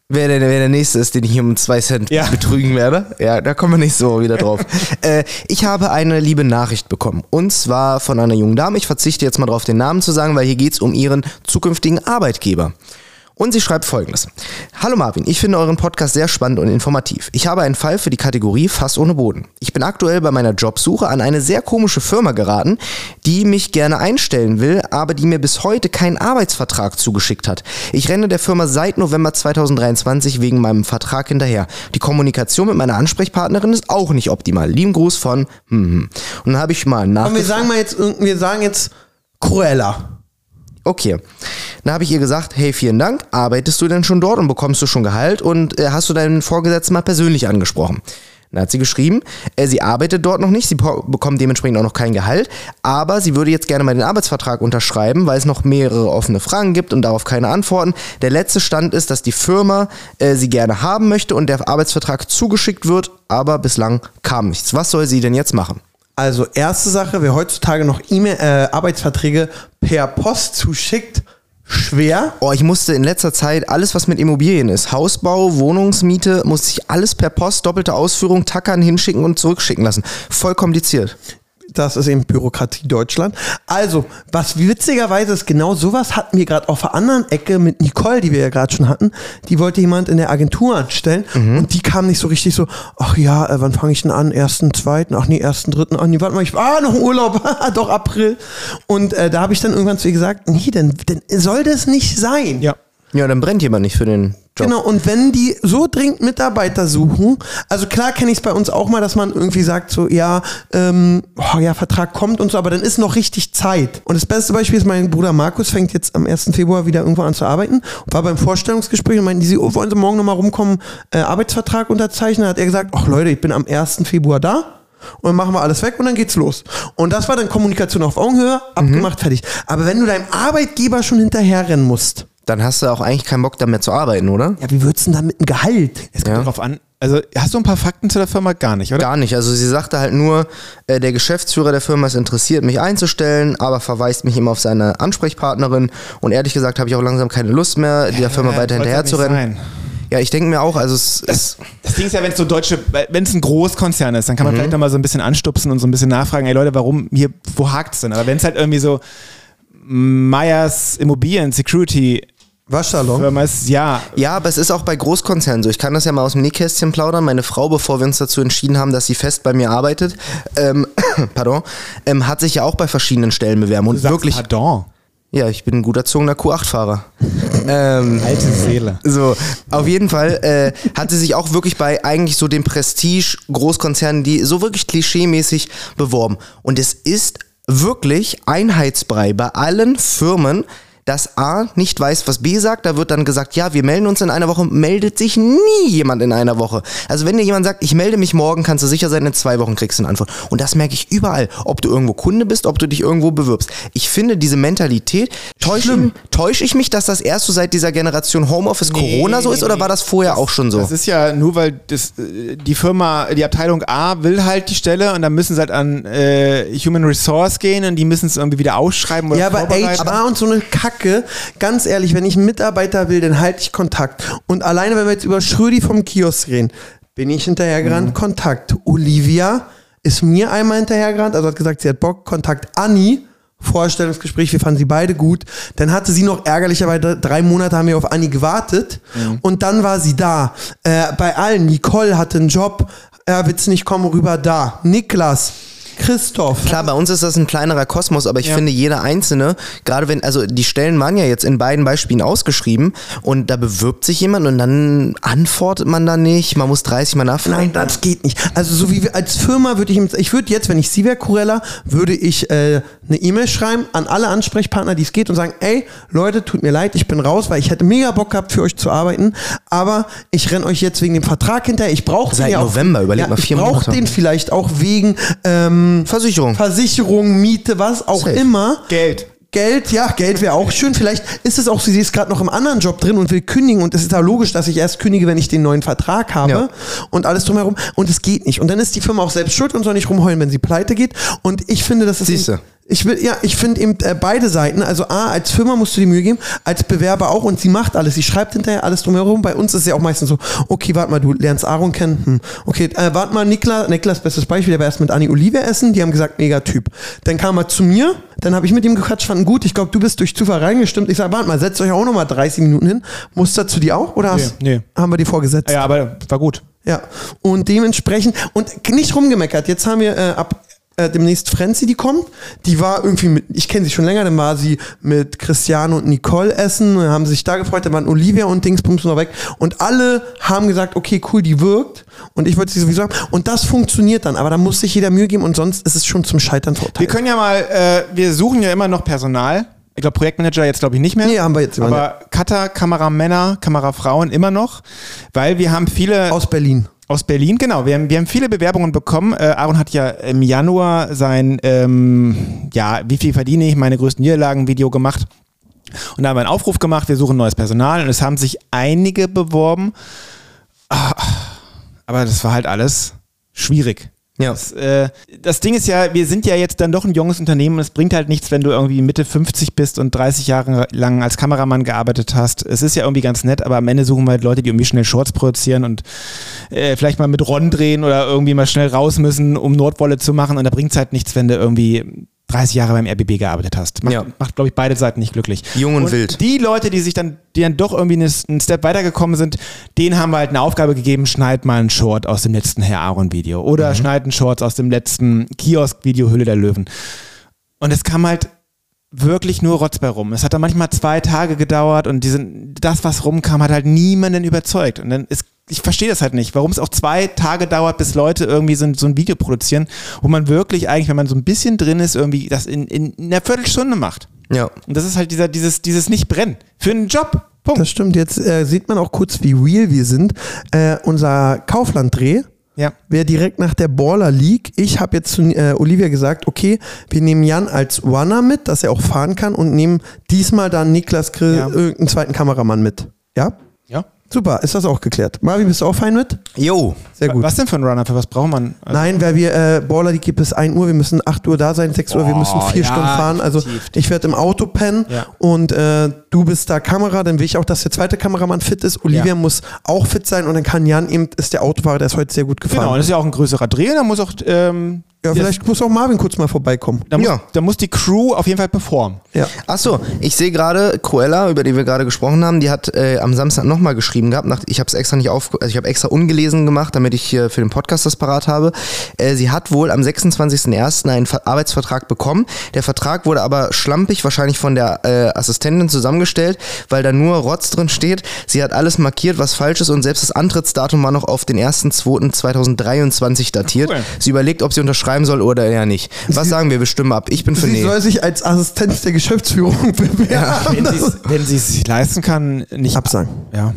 S3: Wer der, wer der nächste ist, den ich hier um zwei Cent
S1: Ja.
S3: betrügen werde. Ja, da kommen wir nicht so wieder drauf. äh, ich habe eine liebe Nachricht bekommen. Und zwar von einer jungen Dame. Ich verzichte jetzt mal drauf, den Namen zu sagen, weil hier geht's um ihren zukünftigen Arbeitgeber. Und sie schreibt folgendes. Hallo Marvin, ich finde euren Podcast sehr spannend und informativ. Ich habe einen Fall für die Kategorie Fass ohne Boden. Ich bin aktuell bei meiner Jobsuche an eine sehr komische Firma geraten, die mich gerne einstellen will, aber die mir bis heute keinen Arbeitsvertrag zugeschickt hat. Ich renne der Firma seit November 2023 wegen meinem Vertrag hinterher. Die Kommunikation mit meiner Ansprechpartnerin ist auch nicht optimal. Lieben Gruß von hm. Und dann habe ich mal nach
S2: Und wir sagen mal jetzt, irgend- wir sagen jetzt Cruella.
S3: Okay. Dann habe ich ihr gesagt, hey, vielen Dank, arbeitest du denn schon dort und bekommst du schon Gehalt und äh, hast du deinen Vorgesetzten mal persönlich angesprochen? Dann hat sie geschrieben, äh, sie arbeitet dort noch nicht, sie po- bekommt dementsprechend auch noch kein Gehalt, aber sie würde jetzt gerne mal den Arbeitsvertrag unterschreiben, weil es noch mehrere offene Fragen gibt und darauf keine Antworten. Der letzte Stand ist, dass die Firma äh, sie gerne haben möchte und der Arbeitsvertrag zugeschickt wird, aber bislang kam nichts. Was soll sie denn jetzt machen?
S2: Also erste Sache, wer heutzutage noch E-Mail, äh, Arbeitsverträge per Post zuschickt, schwer.
S3: Oh, ich musste in letzter Zeit alles, was mit Immobilien ist, Hausbau, Wohnungsmiete, musste ich alles per Post, doppelte Ausführung, tackern, hinschicken und zurückschicken lassen. Voll kompliziert.
S2: Das ist eben Bürokratie Deutschland. Also, was witzigerweise ist, genau sowas hatten wir gerade auf der anderen Ecke mit Nicole, die wir ja gerade schon hatten. Die wollte jemand in der Agentur anstellen und die kam nicht so richtig so, ach ja, äh, wann fange ich denn an? Ersten, zweiten, ach nee, ersten, dritten, ach nee, warte mal, ich war ah, noch im Urlaub, haha, doch April. Und äh, da habe ich dann irgendwann zu ihr gesagt, nee, denn, denn soll das nicht sein.
S1: Ja.
S3: Ja, dann brennt jemand nicht für den Job.
S2: Genau, und wenn die so dringend Mitarbeiter suchen, also klar kenne ich es bei uns auch mal, dass man irgendwie sagt so, ja, ähm, oh, ja, Vertrag kommt und so, aber dann ist noch richtig Zeit. Und das beste Beispiel ist, mein Bruder Markus fängt jetzt am 1. Februar wieder irgendwo an zu arbeiten und war beim Vorstellungsgespräch und meinten die, oh, wollen Sie morgen nochmal rumkommen, äh, Arbeitsvertrag unterzeichnen? Hat er gesagt, ach Leute, ich bin am 1. Februar da. Und dann machen wir alles weg und dann geht's los. Und das war dann Kommunikation auf Augenhöhe, abgemacht, fertig. Aber wenn du deinem Arbeitgeber schon hinterherrennen musst,
S3: Dann hast du auch eigentlich keinen Bock, da mehr zu arbeiten, oder?
S2: ja, wie würdest du denn da mit dem Gehalt?
S1: Es kommt
S3: Ja.
S1: drauf an. Also, hast du ein paar Fakten zu der Firma? Gar nicht, oder?
S3: Gar nicht. Also sie sagte halt nur, äh, der Geschäftsführer der Firma ist interessiert, mich einzustellen, aber verweist mich immer auf seine Ansprechpartnerin. Und ehrlich gesagt habe ich auch langsam keine Lust mehr, der Firma
S1: Ja,
S3: weiter
S1: soll's
S3: hinterher
S1: doch
S3: zu
S1: nicht
S3: rennen.
S1: sein.
S3: Ja, ich denke mir auch, also es ist...
S1: Das Ding ist ja, wenn es so deutsche, wenn es ein Großkonzern ist, dann kann man
S3: Mhm.
S1: vielleicht noch mal so ein bisschen anstupsen und so ein bisschen nachfragen, ey Leute, warum hier, wo hakt's denn? Aber wenn es halt irgendwie so Meyers Immobilien Security
S2: Waschsalon.
S3: Oh.
S1: Firma ist, ja,
S3: Ja, aber es ist auch bei Großkonzernen so. Ich kann das ja mal aus dem Nähkästchen plaudern. Meine Frau, bevor wir uns dazu entschieden haben, dass sie fest bei mir arbeitet, ähm, pardon, ähm, hat sich ja auch bei verschiedenen Stellen bewerben. Und
S1: du sagst,
S3: wirklich,
S1: pardon,
S3: ja, ich bin ein gut erzogener Q8-Fahrer. ähm,
S1: alte Seele.
S3: so, auf jeden Fall äh, hat sie sich auch wirklich bei eigentlich so dem Prestige Großkonzernen, die so wirklich klischeemäßig beworben. Und es ist wirklich Einheitsbrei bei allen Firmen, dass A nicht weiß, was B sagt. Da wird dann gesagt, ja, wir melden uns in einer Woche. Meldet sich nie jemand in einer Woche. Also wenn dir jemand sagt, ich melde mich morgen, kannst du sicher sein, in zwei Wochen kriegst du eine Antwort. Und das merke ich überall. Ob du irgendwo Kunde bist, ob du dich irgendwo bewirbst. Ich finde diese Mentalität, täusche täusch ich mich, dass das erst so seit dieser Generation Homeoffice Corona so ist oder war das vorher auch schon so?
S1: Das ist ja nur, weil das, äh, die Firma, die Abteilung A will halt die Stelle und dann müssen sie halt an äh, Human Resource gehen und die müssen es irgendwie wieder ausschreiben oder
S2: Ja, aber
S1: vorbereiten.
S2: HR und so eine Kacke, ganz ehrlich, wenn ich einen Mitarbeiter will, dann halte ich Kontakt. Und alleine, wenn wir jetzt über Schrödi vom Kiosk reden, bin ich hinterhergerannt, Kontakt. Olivia ist mir einmal hinterhergerannt, also hat gesagt, sie hat Bock, Kontakt. Anni, Vorstellungsgespräch, wir fanden sie beide gut. Dann hatte sie noch ärgerlicherweise drei Monate haben wir auf Anni gewartet und dann war sie da. Äh, bei allen, Nicole hatte einen Job, er willst nicht kommen rüber da. Niklas, Christoph.
S3: Klar, bei uns ist das ein kleinerer Kosmos, aber ich
S1: Ja.
S3: finde jeder einzelne, gerade wenn, also die Stellen waren ja jetzt in beiden Beispielen ausgeschrieben und da bewirbt sich jemand und dann antwortet man da nicht, man muss 30 Mal nachfragen.
S2: Nein, das geht nicht. Also so wie wir als Firma würde ich, ihm- ich würde jetzt, wenn ich Sie wäre, Corella, würde ich äh, eine E-Mail schreiben an alle Ansprechpartner, die es geht und sagen, ey, Leute, tut mir leid, ich bin raus, weil ich hätte mega Bock gehabt, für euch zu arbeiten, aber ich renn euch jetzt wegen dem Vertrag hinterher. Ich brauche
S3: Seit November, überleg mal,
S2: Ich
S3: vier
S2: brauche
S3: Monate.
S2: den vielleicht auch wegen ähm,
S3: Versicherung.
S2: Versicherung, Miete, was auch
S3: Safe.
S2: immer.
S1: Geld.
S2: Geld, ja, Geld wäre auch schön. Vielleicht ist es auch, sie ist gerade noch im anderen Job drin und will kündigen und es ist ja logisch, dass ich erst kündige, wenn ich den neuen Vertrag habe
S3: Ja.
S2: und alles drumherum und es geht nicht. Und dann ist die Firma auch selbst schuld und soll nicht rumheulen, wenn sie pleite geht. Und ich finde, das ist...
S3: Siehste.
S2: Ich will, ja, ich finde eben äh, beide Seiten, also A, als Firma musst du die Mühe geben, als Bewerber auch und sie macht alles, sie schreibt hinterher alles drumherum. Bei uns ist es ja auch meistens so, okay, warte mal, du lernst Aaron kennen, hm. okay, äh, warte mal, Niklas, Niklas, bestes Beispiel, der war erst mit Anni Olive essen, die haben gesagt, mega Typ. Dann kam er zu mir, dann habe ich mit ihm gequatscht, fand ihn gut, ich glaube, du bist durch Zufall reingestimmt. Ich sage, warte mal, setzt euch auch nochmal 30 Minuten hin. Mustert zu dir auch oder hast,
S1: nee.
S2: haben wir die vorgesetzt?
S1: Ja, aber war gut.
S2: Ja, und dementsprechend, und nicht rumgemeckert, jetzt haben wir äh, ab äh, demnächst Frenzy, die kommt, die war irgendwie mit, ich kenne sie schon länger, dann war sie mit Christiane und Nicole essen, dann haben sie sich da gefreut, dann waren Olivia und Dingsbums noch weg und alle haben gesagt, okay, cool, die wirkt und ich wollte sie sowieso haben und das funktioniert dann, aber da muss sich jeder Mühe geben und sonst ist es schon zum Scheitern
S1: Wir
S2: verurteilt.
S1: können ja mal, äh, wir suchen ja immer noch Personal. Ich glaube, Projektmanager jetzt glaube ich nicht mehr.
S2: Nee, haben wir jetzt jemanden.
S1: Aber Cutter, Kameramänner, Kamerafrauen immer noch, weil wir haben viele aus,
S2: Aus Berlin.
S1: Berlin, genau, wir haben, wir haben viele Bewerbungen bekommen. Äh, Aaron hat ja im Januar sein, ähm, ja, wie viel verdiene ich, meine größten Niederlagen-Video gemacht. Und da haben wir einen Aufruf gemacht, wir suchen neues Personal und es haben sich einige beworben. Ah, Aber das war halt alles schwierig.
S3: Ja.
S1: Das, äh, das Ding ist ja, wir sind ja jetzt dann doch ein junges Unternehmen und es bringt halt nichts, wenn du irgendwie Mitte 50 bist und 30 Jahre lang als Kameramann gearbeitet hast. Es ist ja irgendwie ganz nett, aber am Ende suchen wir halt Leute, die irgendwie schnell Shorts produzieren und äh, vielleicht mal mit Ron drehen oder irgendwie mal schnell raus müssen, um Nordwolle zu machen. Und da bringt es halt nichts, wenn du irgendwie 30 Jahre beim RBB gearbeitet hast. Macht,
S3: Ja.
S1: macht glaube ich, beide Seiten nicht glücklich.
S3: Jung und wild.
S1: Die Leute, die sich dann, die dann doch irgendwie einen- einen Step weitergekommen sind, denen haben wir halt eine Aufgabe gegeben, schneid mal einen Short aus dem letzten Herr Aaron-Video oder
S3: Mhm.
S1: schneid einen Short aus dem letzten Kiosk-Video Hülle der Löwen. Und es kam halt wirklich nur Rotz bei rum. Es hat dann manchmal zwei Tage gedauert und die sind, das, was rumkam, hat halt niemanden überzeugt. Und dann ist, ich verstehe das halt nicht, warum es auch zwei Tage dauert, bis Leute irgendwie so ein, so ein Video produzieren, wo man wirklich eigentlich, wenn man so ein bisschen drin ist, irgendwie das in, in, in einer Viertelstunde macht.
S3: Ja.
S1: Und das ist halt dieser, dieses, dieses Nicht-Brennen. Für einen Job. Punkt.
S2: Das stimmt. Jetzt äh, sieht man auch kurz, wie real wir sind. Äh, unser Kaufland-Dreh
S1: ja.
S2: wäre direkt nach der Baller League. Ich habe jetzt zu äh, Olivia gesagt, okay, wir nehmen Jan als Runner mit, dass er auch fahren kann und nehmen diesmal dann Niklas Grill,
S1: Ja.
S2: irgendeinen zweiten Kameramann mit. Ja?
S1: Ja.
S2: Super, ist das auch geklärt. Marvin, bist du auch fein mit?
S3: Jo.
S2: Sehr gut.
S1: Was denn für ein Runner? Für was braucht man? Also,
S2: Nein, weil wir, äh, Baller League gibt es 1 Uhr, wir müssen 8 Uhr da sein, 6 Uhr, wir
S1: Oh,
S2: müssen 4
S1: ja,
S2: Stunden fahren. Also
S1: definitiv.
S2: ich werde im Auto pennen
S1: Ja.
S2: und äh, du bist da Kamera, dann will ich auch, dass der zweite Kameramann fit ist. Olivia
S1: Ja.
S2: muss auch fit sein und dann kann Jan eben, ist der Autofahrer, der ist heute sehr gut gefahren.
S1: genau, das ist ja auch ein größerer Dreh, da muss auch, ähm,
S2: Ja, vielleicht muss auch Marvin kurz mal vorbeikommen.
S1: da, muss,
S3: Ja.
S1: da muss die Crew auf jeden Fall performen.
S2: Ja.
S3: Achso, ich sehe gerade, Cruella, über die wir gerade gesprochen haben, die hat äh, am Samstag nochmal geschrieben gehabt. Nach, ich habe es extra nicht auf, also ich habe extra ungelesen gemacht, damit ich hier für den Podcast das parat habe. Äh, sie hat wohl am 26.01. einen Ver Arbeitsvertrag bekommen. Der Vertrag wurde aber schlampig, wahrscheinlich von der äh, Assistentin zusammengestellt, weil da nur Rotz drin steht. Sie hat alles markiert, was falsch ist und selbst das Antrittsdatum war noch auf den 1.02.2023 datiert.
S1: Cool.
S3: Sie überlegt, ob sie unterschreiben soll oder ja nicht. Was sagen wir? Wir stimmen ab. Ich bin für
S2: Sie
S3: nee.
S2: soll sich als Assistenz der Geschäftsführung bewerben.
S1: Wenn
S2: Das
S1: sie's-
S2: ist-
S1: Wenn sie es sich leisten kann, nicht
S2: Absagen.
S1: Ja.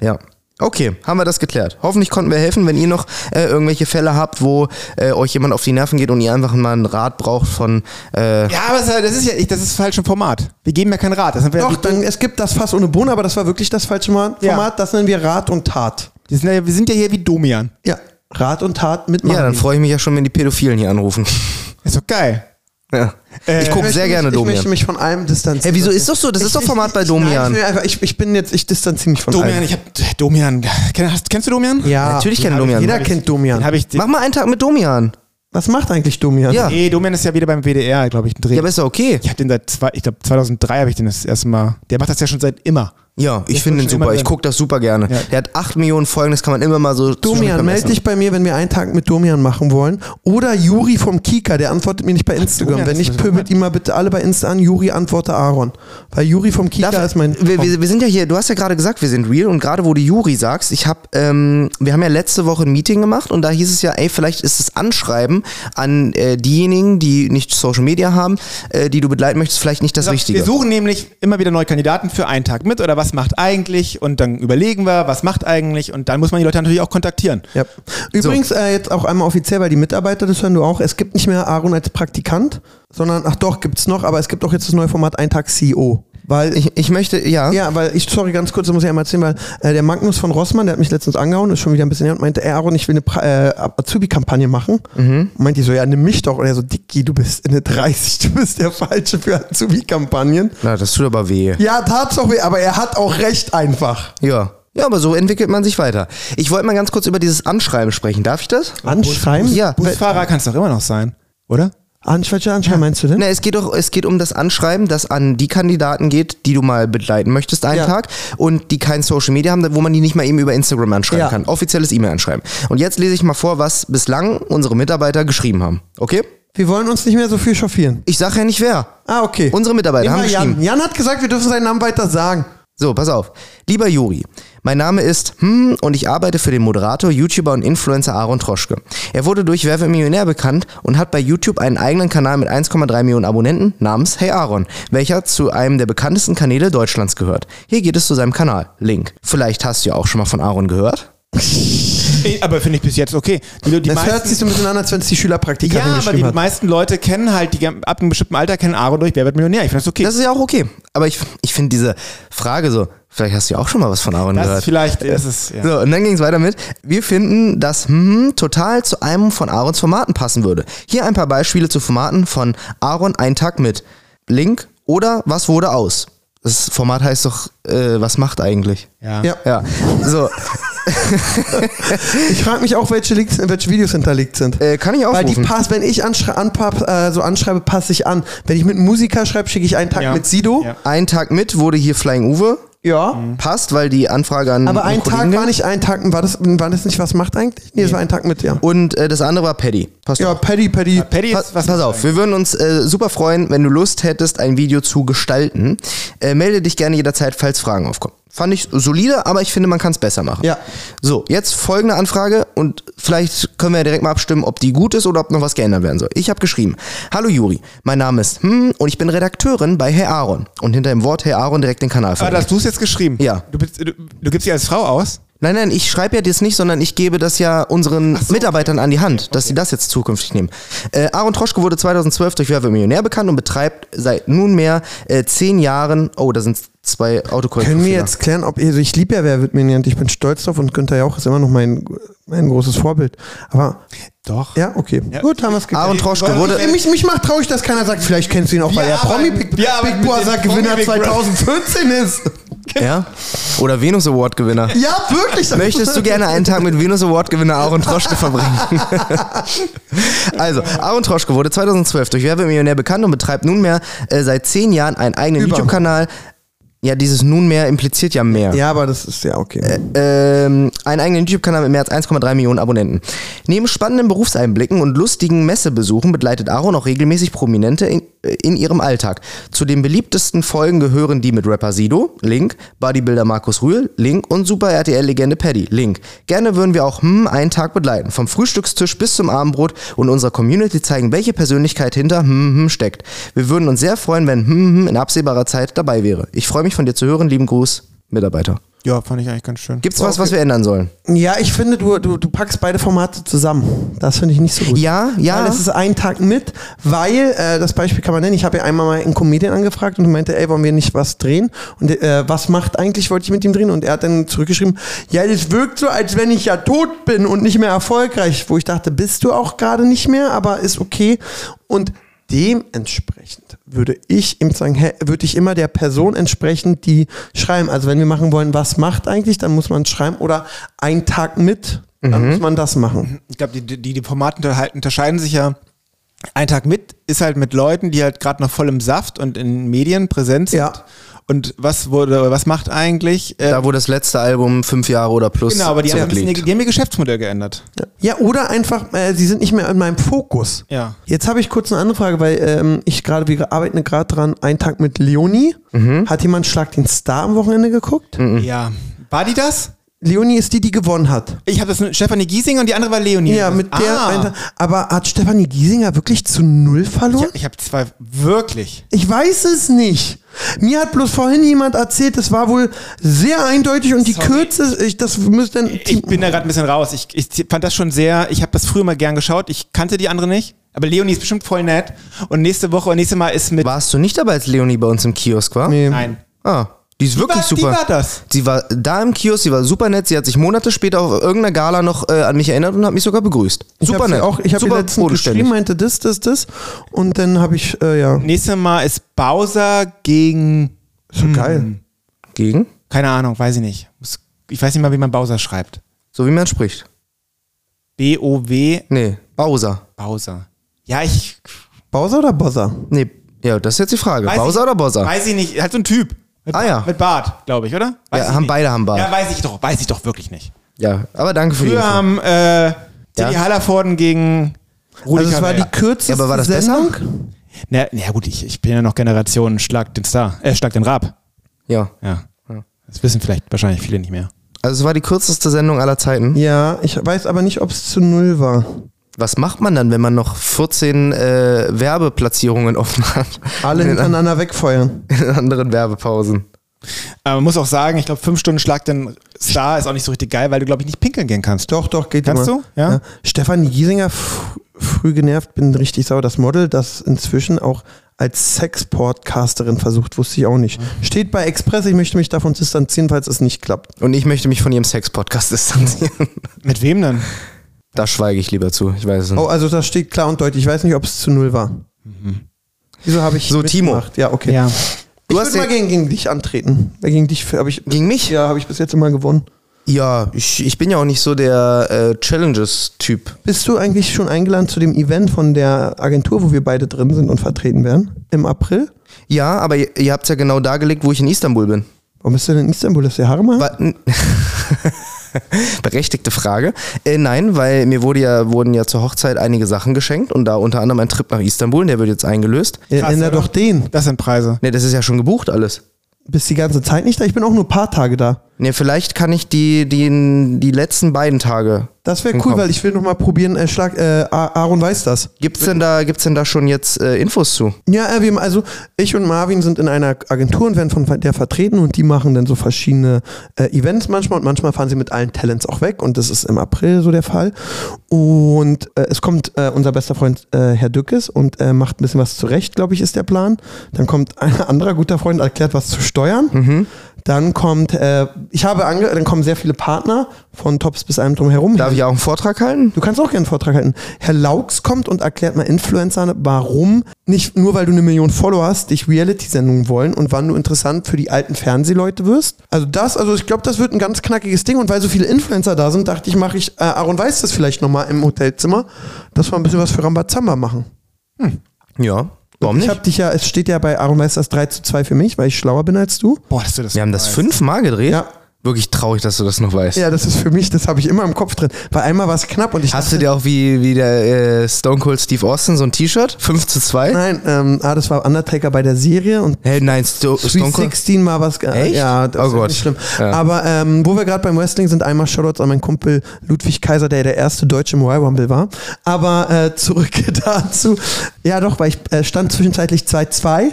S3: Ja. Okay, haben wir das geklärt. Hoffentlich konnten wir helfen, wenn ihr noch äh, irgendwelche Fälle habt, wo äh, euch jemand auf die Nerven geht und ihr einfach mal einen Rat braucht von äh,
S1: Ja, aber es ist ja- das ist ja, ich- das ist falsch im Format. Wir geben ja keinen Rat. Das sind wir,
S2: Doch,
S1: die,
S2: dann, es gibt das Fass ohne Bohne, aber das war wirklich das falsche Ma- Format.
S1: Ja.
S2: Das nennen wir Rat und Tat.
S1: die sind ja, wir sind ja hier wie Domian.
S2: Ja, Rat und Tat mit
S3: Ja, dann freue ich mich ja schon, wenn die Pädophilen hier anrufen.
S1: Ist doch geil.
S3: ja. ich gucke
S2: möchte
S3: sehr
S2: mich-
S3: gerne
S2: Äh, Ich möchte
S3: Domian.
S2: mich von allem distanzieren.
S3: Hey, wieso ist das so? Das ist doch Format bei
S2: Ich,
S3: Domian.
S2: nein, ich, mir einfach- ich, ich bin jetzt, ich distanziere mich von
S1: Domian,
S2: allem.
S1: ich hab, äh, Domian, kenn, hast, kennst du Domian?
S2: ja,
S3: Natürlich kennt
S2: den hab ich-
S3: Domian.
S2: Jeder
S3: Hab ich-
S2: kennt Domian.
S1: Den hab ich, den,
S3: Mach mal einen Tag mit Domian.
S2: Was macht eigentlich Domian?
S3: Ja.
S1: nee, Domian ist ja wieder beim WDR, glaube ich, ein Dreh.
S3: Ja, aber ist ja okay.
S1: ich habe den seit, zwei, ich glaube, 2003 habe ich den das erste Mal, der macht das ja schon seit immer.
S3: Ja, ich
S1: ist
S3: finde ihn
S1: schon immer
S3: super. Ich
S1: drin.
S3: gucke das super gerne.
S1: Ja.
S3: Der hat 8 Millionen Folgen, das kann man immer mal so
S2: Domian,
S3: zwischendurch
S2: meld
S3: messen.
S2: dich bei mir, wenn wir einen Tag mit Domian machen wollen. Oder Juri vom Kika, der antwortet mir nicht bei Instagram.
S1: Domian
S2: wenn
S1: ist
S2: nicht,
S1: sowieso
S2: pöbelt ihm mal bitte alle bei Insta an. Juri antworte Aaron. Weil Juri vom Kika
S3: Darf,
S2: ist mein.
S3: wir, wir, wir sind ja hier, du hast ja gerade gesagt, wir sind real und gerade wo du Juri sagst, ich habe, ähm, wir haben ja letzte Woche ein Meeting gemacht und da hieß es ja, ey, vielleicht ist das Anschreiben an äh, diejenigen, die nicht Social Media haben, äh, die du begleiten möchtest, vielleicht nicht das Richtige.
S1: Wir suchen nämlich immer wieder neue Kandidaten für einen Tag mit oder was macht eigentlich und dann überlegen wir, was macht eigentlich und dann muss man die Leute natürlich auch kontaktieren.
S2: Ja. Übrigens, äh, jetzt auch einmal offiziell, weil die Mitarbeiter, das hören du auch, es gibt nicht mehr Aaron als Praktikant, sondern, ach doch, gibt's noch, aber es gibt auch jetzt das neue Format Ein Tag CEO. Weil
S3: Ich, ich möchte, ja.
S2: Ja, weil ich, sorry, ganz kurz, das muss ich einmal erzählen, weil äh, der Magnus von Rossmann, der hat mich letztens angehauen, ist schon wieder ein bisschen her und meinte, ey Aaron, ich will eine Pra- äh, Azubi-Kampagne machen.
S3: Mhm.
S2: Und meinte ich so, ja, nimm mich doch. Und er so, Dicky, du bist in der 30, du bist der Falsche für Azubi-Kampagnen.
S3: Na, das tut aber weh.
S2: Ja, tat's auch weh, aber er hat auch recht einfach.
S3: Ja. Ja, aber so entwickelt man sich weiter. Ich wollte mal ganz kurz über dieses Anschreiben sprechen. Darf ich das?
S2: Anschreiben?
S3: Ja.
S1: Busfahrer kann es doch immer noch sein, oder?
S2: Ansch welche Anschreiben meinst du denn?
S3: Na, es geht doch, es geht um das Anschreiben, das an die Kandidaten geht, die du mal begleiten möchtest einen
S2: Ja.
S3: Tag und die kein Social Media haben, wo man die nicht mal eben über Instagram anschreiben
S2: Ja.
S3: kann. Offizielles E-Mail anschreiben. Und jetzt lese ich mal vor, was bislang unsere Mitarbeiter geschrieben haben. Okay?
S2: Wir wollen uns nicht mehr so viel chauffieren.
S3: Ich sage ja nicht wer.
S2: Ah, okay.
S3: Unsere Mitarbeiter
S2: Nehmen
S3: haben
S2: wir Jan.
S3: geschrieben.
S2: Jan hat gesagt, wir dürfen seinen Namen weiter sagen.
S3: So, pass auf. Lieber Juri, mein Name ist hm und ich arbeite für den Moderator, YouTuber und Influencer Aaron Troschke. Er wurde durch Wer wird Millionär bekannt und hat bei YouTube einen eigenen Kanal mit 1,3 Millionen Abonnenten namens Hey Aaron, welcher zu einem der bekanntesten Kanäle Deutschlands gehört. Hier geht es zu seinem Kanal. Link. Vielleicht hast du ja auch schon mal von Aaron gehört.
S1: Äh, Aber finde ich bis jetzt okay. Die, die
S2: Das hört sich so ein bisschen an, als wenn es die
S1: ja,
S2: Schülerpraktikerin
S1: aber die
S2: geschrieben hat.
S1: meisten Leute kennen halt, die, gam- ab einem bestimmten Alter kennen Aro durch Wer wird Millionär. Ich finde das okay.
S3: Das ist ja auch okay. Aber ich, ich finde diese Frage so, vielleicht hast du ja auch schon mal was von Aaron
S1: Das
S3: gehört.
S1: ist vielleicht, das ist, ja.
S3: So, und dann ging es weiter mit, wir finden, dass hm, total zu einem von Aarons Formaten passen würde. Hier ein paar Beispiele zu Formaten von Aaron Ein Tag mit. Link oder Was wurde aus? Das Format heißt doch, äh, was macht eigentlich?
S1: ja.
S2: Ja.
S3: Ja, so,
S2: Ich frage mich auch, welche, Links, welche Videos hinterlegt sind.
S3: äh, kann ich
S2: Weil die
S3: aufrufen.
S2: pass, wenn ich anschrei anpapp, äh, so anschreibe, passe ich an. Wenn ich mit einem Musiker schreibe, schicke ich einen Tag
S1: Ja. Mhm.
S2: mit Sido.
S1: Ja.
S3: Ein Tag mit wurde hier Flying Uwe.
S2: Ja.
S3: Passt, weil die Anfrage an
S2: Aber ein
S3: einen Mhm. Kollegen
S2: Tag
S3: ging.
S2: war nicht ein Tag, war das, war das nicht was macht eigentlich? Nee, es war ein Tag mit, ja.
S3: Und äh, das andere war Paddy. Passt
S2: Ja,
S3: auch.
S2: Paddy, Paddy.
S1: Äh, Paddy
S3: Pa
S1: ist, was
S3: pass auf, wir würden uns äh, super freuen, wenn du Lust hättest, ein Video zu gestalten. Äh, melde dich gerne jederzeit, falls Fragen aufkommen. Fand ich solide, aber ich finde, man kann es besser machen.
S2: Ja.
S3: So, jetzt folgende Anfrage und vielleicht können wir ja direkt mal abstimmen, ob die gut ist oder ob noch was geändert werden soll. Ich habe geschrieben, hallo Juri, mein Name ist hm und ich bin Redakteurin bei Hey Aaron. Und hinter dem Wort Hey Aaron direkt den Kanal
S1: Aber
S3: verlinkt.
S1: dass du es jetzt geschrieben.
S3: Ja.
S1: Du, bist, du, du gibst sie als Frau aus.
S3: Nein, nein, ich schreibe ja das nicht, sondern ich gebe das ja unseren Mitarbeitern an die Hand, dass sie das jetzt zukünftig nehmen. Äh, Aaron Troschke wurde 2012 durch Wer wird Millionär bekannt und betreibt seit nunmehr äh, zehn Jahren, oh, da sind zwei Autokorrekturen.
S2: Können wir jetzt klären, ob ihr, ich liebe ja, wer wird Millionär und ich bin stolz drauf und Günther Jauch ist immer noch mein, mein großes Vorbild. Aber,
S1: Doch.
S2: ja, okay. Gut, haben wir es
S3: Aaron Troschke
S1: Wollen
S3: wurde...
S2: Ey, mich, mich macht traurig, dass keiner sagt, vielleicht kennst du ihn auch, weil
S1: Wir
S2: er Promi
S1: arbeiten-
S2: Big,
S1: wir arbeiten
S2: Big
S1: mit
S2: Brother
S1: dem Promi
S2: Gewinner
S1: Big Brother.
S2: 2014 ist.
S3: Ja? Oder Venus Award Gewinner.
S2: Ja, wirklich. das-
S3: Möchtest du gerne einen Tag mit Venus Award Gewinner Aaron Troschke verbringen? also, Aaron Troschke wurde 2012 durch Wer wird Millionär bekannt und betreibt nunmehr äh, seit zehn Jahren einen eigenen
S2: Über.
S3: YouTube-Kanal. Ja, dieses nunmehr impliziert ja mehr.
S2: Ja, aber das ist ja okay.
S3: ähm, einen eigenen YouTube-Kanal mit mehr als 1,3 Millionen Abonnenten. Neben spannenden Berufseinblicken und lustigen Messebesuchen begleitet Aaron auch regelmäßig Prominente in, äh, in ihrem Alltag. Zu den beliebtesten Folgen gehören die mit Rapper Sido, Link, Bodybuilder Markus Rühl, Link und Super RTL-Legende Paddy, Link. Gerne würden wir auch hm, einen Tag begleiten, vom Frühstückstisch bis zum Abendbrot und unserer Community zeigen, welche Persönlichkeit hinter hm, hm steckt. Wir würden uns sehr freuen, wenn hm, hm in absehbarer Zeit dabei wäre. Ich freue mich von dir zu hören, lieben Gruß, Mitarbeiter.
S1: Ja, fand ich eigentlich ganz schön.
S3: Gibt's was, was wir ändern sollen?
S2: Ja, ich finde, du, du, du packst beide Formate zusammen. Das finde ich nicht so gut.
S3: Ja, ja.
S2: Weil das ist ein Tag mit, weil, äh, das Beispiel kann man nennen, ich habe ja einmal mal einen Comedian angefragt und meinte, ey, wollen wir nicht was drehen? Und äh, was macht eigentlich, wollte ich mit ihm drehen? Und er hat dann zurückgeschrieben, ja, das wirkt so, als wenn ich ja tot bin und nicht mehr erfolgreich. Wo ich dachte, bist du auch gerade nicht mehr, aber ist okay. Und dementsprechend würde ich ihm sagen, hä, würde ich immer der Person entsprechend die schreiben. Also wenn wir machen wollen, was macht eigentlich, dann muss man schreiben oder einen Tag mit, dann muss man das machen.
S1: ich glaube, die, die, die Formate unterhal- unterscheiden sich ja. Ein Tag mit ist halt mit Leuten, die halt gerade noch voll im Saft und in Medien präsent sind.
S2: Ja.
S1: Und was wurde, was macht eigentlich? Äh,
S3: Da, wo das letzte Album fünf Jahre oder plus
S1: genau, aber die haben, ein bisschen,
S3: zurückliegt.
S1: die haben ihr Geschäftsmodell geändert.
S2: Ja, oder einfach, äh, sie sind nicht mehr in meinem Fokus.
S1: Ja.
S2: Jetzt habe ich kurz eine andere Frage, weil ähm, ich gerade, wir arbeiten gerade dran, einen Tag mit Leonie.
S3: Mhm.
S2: Hat jemand Schlag den Star am Wochenende geguckt?
S1: Ja. War die das?
S2: Leonie ist die, die gewonnen hat.
S1: Ich habe das mit Stefanie Giesing und die andere war Leonie.
S2: Ja, mit der.
S1: Ah.
S2: einen Tag- aber hat Stefanie Giesinger wirklich zu null verloren?
S1: Ich habe zwei. Wirklich.
S2: Ich weiß es nicht. Mir hat bloß vorhin jemand erzählt, das war wohl sehr eindeutig und die
S1: Sorry.
S2: Kürze, ich, das müsste dann.
S1: Ich bin da gerade ein bisschen raus. Ich, ich fand das schon sehr. Ich habe das früher mal gern geschaut. Ich kannte die andere nicht. Aber Leonie ist bestimmt voll nett. Und nächste Woche und nächste Mal ist mit.
S3: Warst du nicht dabei, als Leonie bei uns im Kiosk war?
S2: Nee.
S1: Nein.
S3: Ah, die ist wirklich
S1: war- die
S3: super.
S1: war das.
S3: Sie war da im Kiosk, sie war super nett. Sie hat sich Monate später auf irgendeiner Gala noch äh, an mich erinnert und hat mich sogar begrüßt.
S2: ich
S3: Super
S2: hab's
S3: nett.
S2: Auch, ich habe
S3: super
S2: letztens geschrieben, meinte das, das, das. Und dann habe ich, äh, ja,
S1: Nächstes Mal ist Bowser gegen.
S2: so geil.
S3: Gegen?
S1: Keine Ahnung, weiß ich nicht. Muss- Ich weiß nicht mal, wie man Bowser schreibt.
S3: So wie man spricht.
S1: B-O-W
S3: Nee, Bowser.
S1: Bowser. Ja, ich.
S2: Bowser oder Bowser?
S3: Nee, ja, das ist jetzt die Frage.
S1: weiß
S3: Bowser
S1: ich,
S3: oder Bowser?
S1: Weiß ich nicht. Halt so ein Typ. Mit,
S3: Ah, ja.
S1: Mit Bart, glaube ich, oder? Weiß
S3: Ja,
S1: ich
S3: haben
S1: nicht.
S3: beide haben Bart.
S1: Ja, weiß ich doch. Weiß ich doch wirklich nicht.
S3: Ja, aber danke für die
S1: Früher
S3: Info.
S1: haben äh, Teddy
S3: Ja.
S1: Hallervorden gegen Rudi
S2: Also es war die
S1: Carrell.
S2: kürzeste
S3: Ja, aber war das besser?
S2: Sendung.
S1: Na, na gut, ich, ich bin ja noch Generation Schlag den Star, äh, Schlag den Rab.
S3: Ja.
S1: Ja. Das wissen vielleicht wahrscheinlich viele nicht mehr.
S3: Also es war die kürzeste Sendung aller Zeiten.
S2: Ja, ich weiß aber nicht, ob es zu null war.
S3: Was macht man dann, wenn man noch 14 äh, Werbeplatzierungen offen hat?
S2: Alle
S3: in, den,
S2: hintereinander wegfeuern.
S3: in anderen Werbepausen.
S1: Aber man muss auch sagen, ich glaube, fünf Stunden Schlag den Star ist auch nicht so richtig geil, weil du, glaube ich, nicht pinkeln gehen kannst.
S2: Doch, doch, geht
S1: Kannst
S2: immer.
S1: du? Ja.
S2: Stefanie Giesinger, f- früh genervt, bin richtig sauer. Das Model, das inzwischen auch als Sexportcasterin versucht, wusste ich auch nicht. Steht bei Express, ich möchte mich davon distanzieren, falls es nicht klappt.
S3: Und ich möchte mich von ihrem Sex-Podcast distanzieren.
S1: Mit wem denn?
S3: Da schweige ich lieber zu. Ich weiß es nicht.
S2: Oh, also das steht klar und deutlich. Ich weiß nicht, ob es zu null war. Wieso habe ich
S3: Mhm. So, Timo.
S2: mitgemacht? Ja, okay.
S1: Ja.
S2: Ich
S3: Du
S2: würde
S3: hast
S2: mal
S3: den-
S2: gegen, gegen dich antreten. Äh, Gegen dich habe ich,
S3: Gegen mich?
S2: ja, habe ich bis jetzt immer gewonnen.
S3: Ja, ich, ich bin ja auch nicht so der äh, Challenges-Typ.
S2: Bist du eigentlich schon eingeladen zu dem Event von der Agentur, wo wir beide drin sind und vertreten werden? Im April?
S3: Ja, aber ihr, ihr habt es ja genau dargelegt, wo ich in Istanbul bin.
S2: Warum bist du denn in Istanbul? Ist der Haare mal?
S3: Wa- n- Berechtigte Frage. Äh, nein, weil mir wurde ja, wurden ja zur Hochzeit einige Sachen geschenkt und da unter anderem ein Trip nach Istanbul, der wird jetzt eingelöst.
S2: Ja,
S1: Krass,
S2: Änder
S1: oder?
S2: doch den.
S1: Das sind Preise.
S3: Ne, das ist ja schon gebucht alles.
S2: Bist die ganze Zeit nicht da? Ich bin auch nur ein paar Tage da.
S3: Ne, vielleicht kann ich die, die, die letzten beiden Tage.
S2: Das wäre
S3: Dann
S2: cool,
S3: komm.
S2: weil ich will nochmal probieren, äh, Schlag, äh, A- Aaron weiß das.
S3: Gibt's denn da, gibt's denn da schon jetzt äh, Infos zu?
S2: Ja, äh, wir, also ich und Marvin sind in einer Agentur und werden von der vertreten und die machen dann so verschiedene äh, Events manchmal und manchmal fahren sie mit allen Talents auch weg und das ist im April so der Fall. Und äh, es kommt äh, unser bester Freund äh, Herr Dückes und äh, macht ein bisschen was zurecht, glaube ich, ist der Plan. Dann kommt ein anderer guter Freund, erklärt was zu steuern. Dann kommt, äh, ich habe ange dann kommen sehr viele Partner von Tops bis einem drumherum.
S3: Darf ich auch einen Vortrag halten?
S2: Du kannst auch gerne einen Vortrag halten. Herr Laux kommt und erklärt mal Influencern, warum nicht nur, weil du eine Million Follower hast, dich Reality-Sendungen wollen und wann du interessant für die alten Fernsehleute wirst. Also das, also ich glaube, das wird ein ganz knackiges Ding. Und weil so viele Influencer da sind, dachte ich, mache ich, äh, Aaron Weiß das vielleicht nochmal im Hotelzimmer, dass wir ein bisschen was für Rambazamba machen.
S3: Ja. Warum
S2: Ich
S3: nicht?
S2: habe dich ja, es steht ja bei Aaron Weiß das 3 zu 2 für mich, weil ich schlauer bin als du.
S1: Boah, dass du das
S3: Wir haben das
S1: weißt.
S3: fünfmal gedreht.
S2: Ja.
S3: Wirklich traurig, dass du das noch weißt.
S2: Ja, das ist für mich, das habe ich immer im Kopf drin. Weil einmal war es knapp und ich
S3: Hast
S2: dachte-
S3: du dir auch wie, wie der äh, Stone Cold Steve Austin so ein T-Shirt? 5 zu 2?
S2: Nein, ähm, ah, das war Undertaker bei der Serie und
S3: Hey, nein, Sto Stone Cold.
S2: 316 mal was. ge-
S3: Echt?
S2: Ja, das
S3: Oh
S2: ist
S3: Gott.
S2: nicht schlimm.
S3: Ja.
S2: Aber ähm, wo wir gerade beim Wrestling sind, einmal Shoutouts an meinen Kumpel Ludwig Kaiser, der der erste Deutsche im Royal Rumble war. Aber äh, zurück dazu. Ja, doch, weil ich äh, stand zwischenzeitlich 2-2.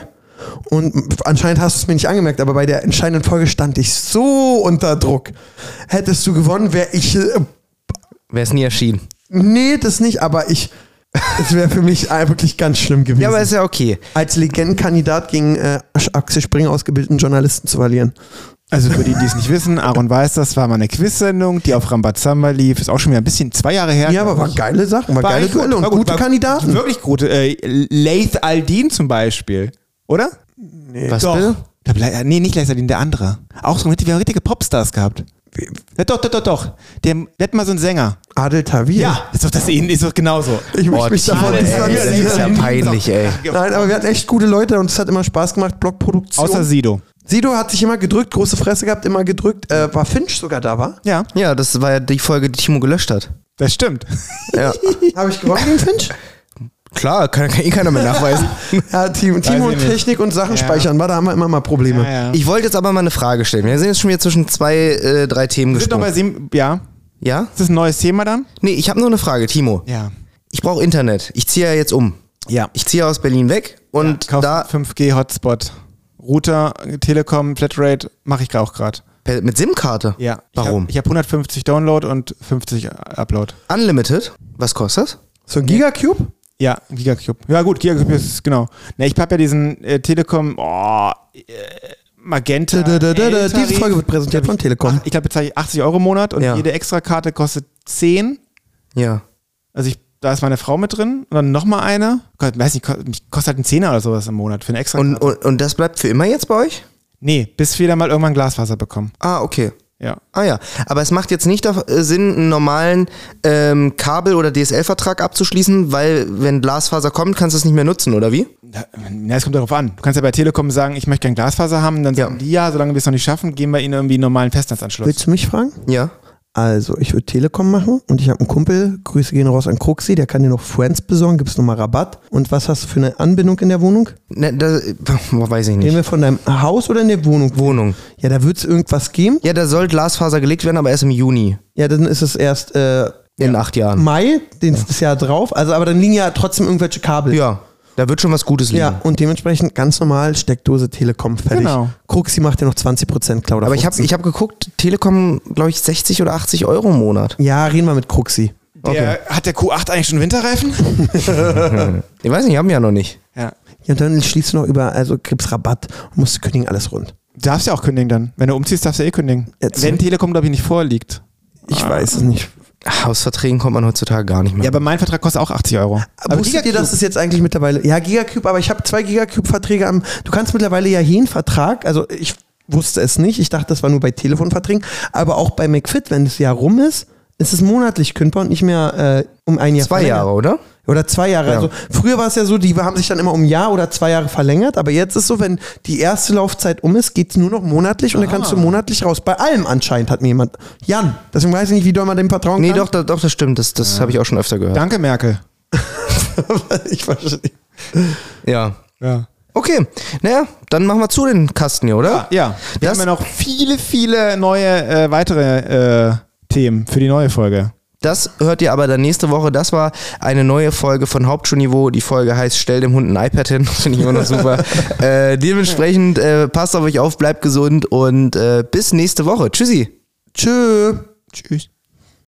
S2: Und anscheinend hast du es mir nicht angemerkt, aber bei der entscheidenden Folge stand ich so unter Druck. Hättest du gewonnen, wäre ich. Äh,
S3: Wer ist nie erschienen?
S2: nee, das nicht, aber ich. Es wäre für mich äh, wirklich ganz schlimm gewesen.
S3: Ja, aber ist ja okay.
S2: als Legendenkandidat gegen äh, Axel Springer ausgebildeten Journalisten zu verlieren.
S1: Also für die, die es nicht wissen, Aaron weiß das, war mal eine Quiz-Sendung, die auf Rambazamba lief. Ist auch schon wieder ein bisschen zwei Jahre her.
S2: Ja, aber waren geile Sachen, waren geile
S1: eigentlich gut,
S2: Duelle und
S1: war gut,
S2: gute
S1: war
S2: Kandidaten.
S1: Wirklich gute. Äh, Laith Aldin zum Beispiel. Oder?
S3: Was
S1: Doch.
S3: bitte?
S1: Der Blei- äh, nee, nicht Laith Aldin, der andere. Auch so richtig, wir haben richtige Popstars gehabt. Ja, doch, doch, doch, doch. Der, der hat mal so einen Sänger.
S2: Adel Tawil.
S1: Ja, ist doch das ähnlich, ist doch genauso.
S2: Ich möchte
S3: Oh,
S2: mich davon
S3: Tine, ey, das
S2: distanzieren.
S3: ist ja peinlich, ey.
S2: Nein, aber wir hatten echt gute Leute und es hat immer Spaß gemacht. Blogproduktion.
S1: Außer Sido.
S2: Sido hat sich immer gedrückt, große Fresse gehabt, immer gedrückt. Äh, war Finch sogar da, war?
S1: Ja,
S3: Ja, das war ja die Folge, die Timo gelöscht hat.
S1: das stimmt.
S3: Ja.
S2: Habe ich gewonnen gegen Finch?
S3: Klar, kann, kann eh keiner mehr nachweisen.
S2: Ja, Team,
S1: ich
S2: Timo und
S1: nicht.
S2: Technik und Sachen speichern, war, da haben wir immer mal Probleme.
S3: Ich wollte jetzt aber mal eine Frage stellen. Wir sind jetzt schon wieder zwischen zwei, äh, drei Themen
S1: Sind noch bei
S3: gesprungen.
S1: sieben, ja.
S3: Ja?
S1: Ist das ein neues Thema dann?
S3: Nee, ich habe nur eine Frage, Timo.
S1: Ja.
S3: Ich brauche Internet. Ich ziehe ja jetzt um.
S1: Ja.
S3: Ich ziehe aus Berlin weg und
S1: Kauf
S3: da
S1: 5G-Hotspot. Router, Telekom, Flatrate, mache ich auch gerade.
S3: per, mit SIM-Karte.
S1: Ja.
S3: Warum?
S1: Ich habe hab 150 Download und 50 Upload.
S3: Unlimited. Was kostet das?
S2: So ein Gigacube?
S1: Ja, Gigacube. Ja gut, Gigacube ist genau. Ne, ich habe ja diesen äh, Telekom oh, äh, Magenta.
S2: Da, da, da, da.
S1: L-Tarif.
S2: Diese Folge wird präsentiert
S1: Ich glaub,
S2: von Telekom.
S1: ach, Ich glaube, bezahle ich 80 Euro im Monat und
S3: Ja.
S1: jede extra Karte kostet 10.
S3: Ja.
S1: Also ich, da ist meine Frau mit drin und dann nochmal eine. Gott, weiß nicht, ko- mich kostet halt ein Zehner oder sowas im Monat für eine extra
S3: Und,
S1: Karte.
S3: und, und das bleibt für immer jetzt bei euch?
S1: Nee, bis wir dann mal irgendwann Glasfaser bekommen.
S3: Ah, okay.
S1: Ja.
S3: Ah ja, aber es macht jetzt nicht doch, äh, Sinn, einen normalen ähm, Kabel- oder DSL-Vertrag abzuschließen, weil wenn Glasfaser kommt, kannst du es nicht mehr nutzen, oder wie?
S1: Na, es kommt darauf an. Du kannst ja bei Telekom sagen, ich möchte gern Glasfaser haben, dann
S3: Ja.
S1: sagen die ja, solange wir es noch nicht schaffen, geben wir ihnen irgendwie einen normalen Festnetzanschluss.
S2: Willst du mich fragen?
S3: Ja.
S2: Also, ich würde Telekom machen und ich habe einen Kumpel, Grüße gehen raus an Kruxi, der kann dir noch Friends besorgen, gibt's nochmal Rabatt. Und was hast du für eine Anbindung in der Wohnung?
S3: Ne, da, äh, weiß ich
S2: Reden
S3: nicht.
S2: wir von deinem Haus oder in der Wohnung?
S3: Wohnung.
S2: Ja, da wird's irgendwas geben.
S3: Ja, da soll Glasfaser gelegt werden, aber erst im Juni.
S2: Ja, dann ist es erst äh,
S3: In acht Jahren.
S2: Mai, den, das Jahr drauf. Also, aber dann liegen ja trotzdem irgendwelche Kabel.
S3: Ja, da wird schon was Gutes liegen.
S2: Ja, und dementsprechend ganz normal Steckdose Telekom fertig.
S1: Genau.
S2: Kruxi macht dir noch 20% Cloud.
S3: Aber ich habe ich hab geguckt, Telekom, glaube ich, 60 oder 80 Euro im Monat.
S2: Ja, reden wir mit Kruxi.
S1: Der, Hat der Q8 eigentlich schon Winterreifen?
S3: Ich weiß nicht, haben wir ja noch nicht.
S1: ja.
S2: Ja, und dann schließt du noch über, also gibt's Rabatt und musst kündigen alles rund.
S1: Du darfst ja auch kündigen dann. Wenn du umziehst, darfst du ja eh kündigen.
S2: Jetzt-
S1: Wenn Telekom, glaube ich, nicht vorliegt.
S2: Ich
S3: Ah.
S2: weiß es nicht.
S3: Aus Verträgen kommt man heutzutage gar nicht mehr.
S1: Ja, aber mein Vertrag kostet auch 80 Euro.
S2: Aber wusstet ihr, dass es jetzt eigentlich mittlerweile. Ja, Gigacube, aber ich habe zwei Gigacube-Verträge am. Du kannst mittlerweile ja jeden Vertrag, also ich wusste es nicht, ich dachte, das war nur bei Telefonverträgen, aber auch bei McFit, wenn das Jahr rum ist, ist es monatlich kündbar und nicht mehr äh, um ein Jahr.
S3: Zwei
S2: verlängert.
S3: Jahre, oder?
S2: Oder zwei Jahre. Also früher war es ja so, die haben sich dann immer um ein Jahr oder zwei Jahre verlängert, aber jetzt ist so, wenn die erste Laufzeit um ist, geht's nur noch monatlich und dann
S3: Ah.
S2: kannst du monatlich raus. Bei allem anscheinend hat mir jemand. Jan, deswegen weiß ich nicht, wie doll man dem vertrauen
S3: Nee,
S2: kann.
S3: doch, da- doch, das stimmt. Das, das habe ich auch schon öfter gehört.
S1: Danke, Merkel.
S2: ich verstehe.
S3: Ja.
S1: Ja.
S3: Okay, naja, dann machen wir zu den Kasten hier, oder?
S1: Ja. Wir
S3: Das-
S1: haben ja noch viele, viele neue, äh, weitere äh, Themen für die neue Folge.
S3: Das hört ihr aber dann nächste Woche. Das war eine neue Folge von Hauptschulniveau. Die Folge heißt Stell dem Hund ein iPad hin. Das Finde ich immer noch super. äh, dementsprechend äh, passt auf euch auf, bleibt gesund und äh, bis nächste Woche. Tschüssi.
S2: Tschö. Tschüss.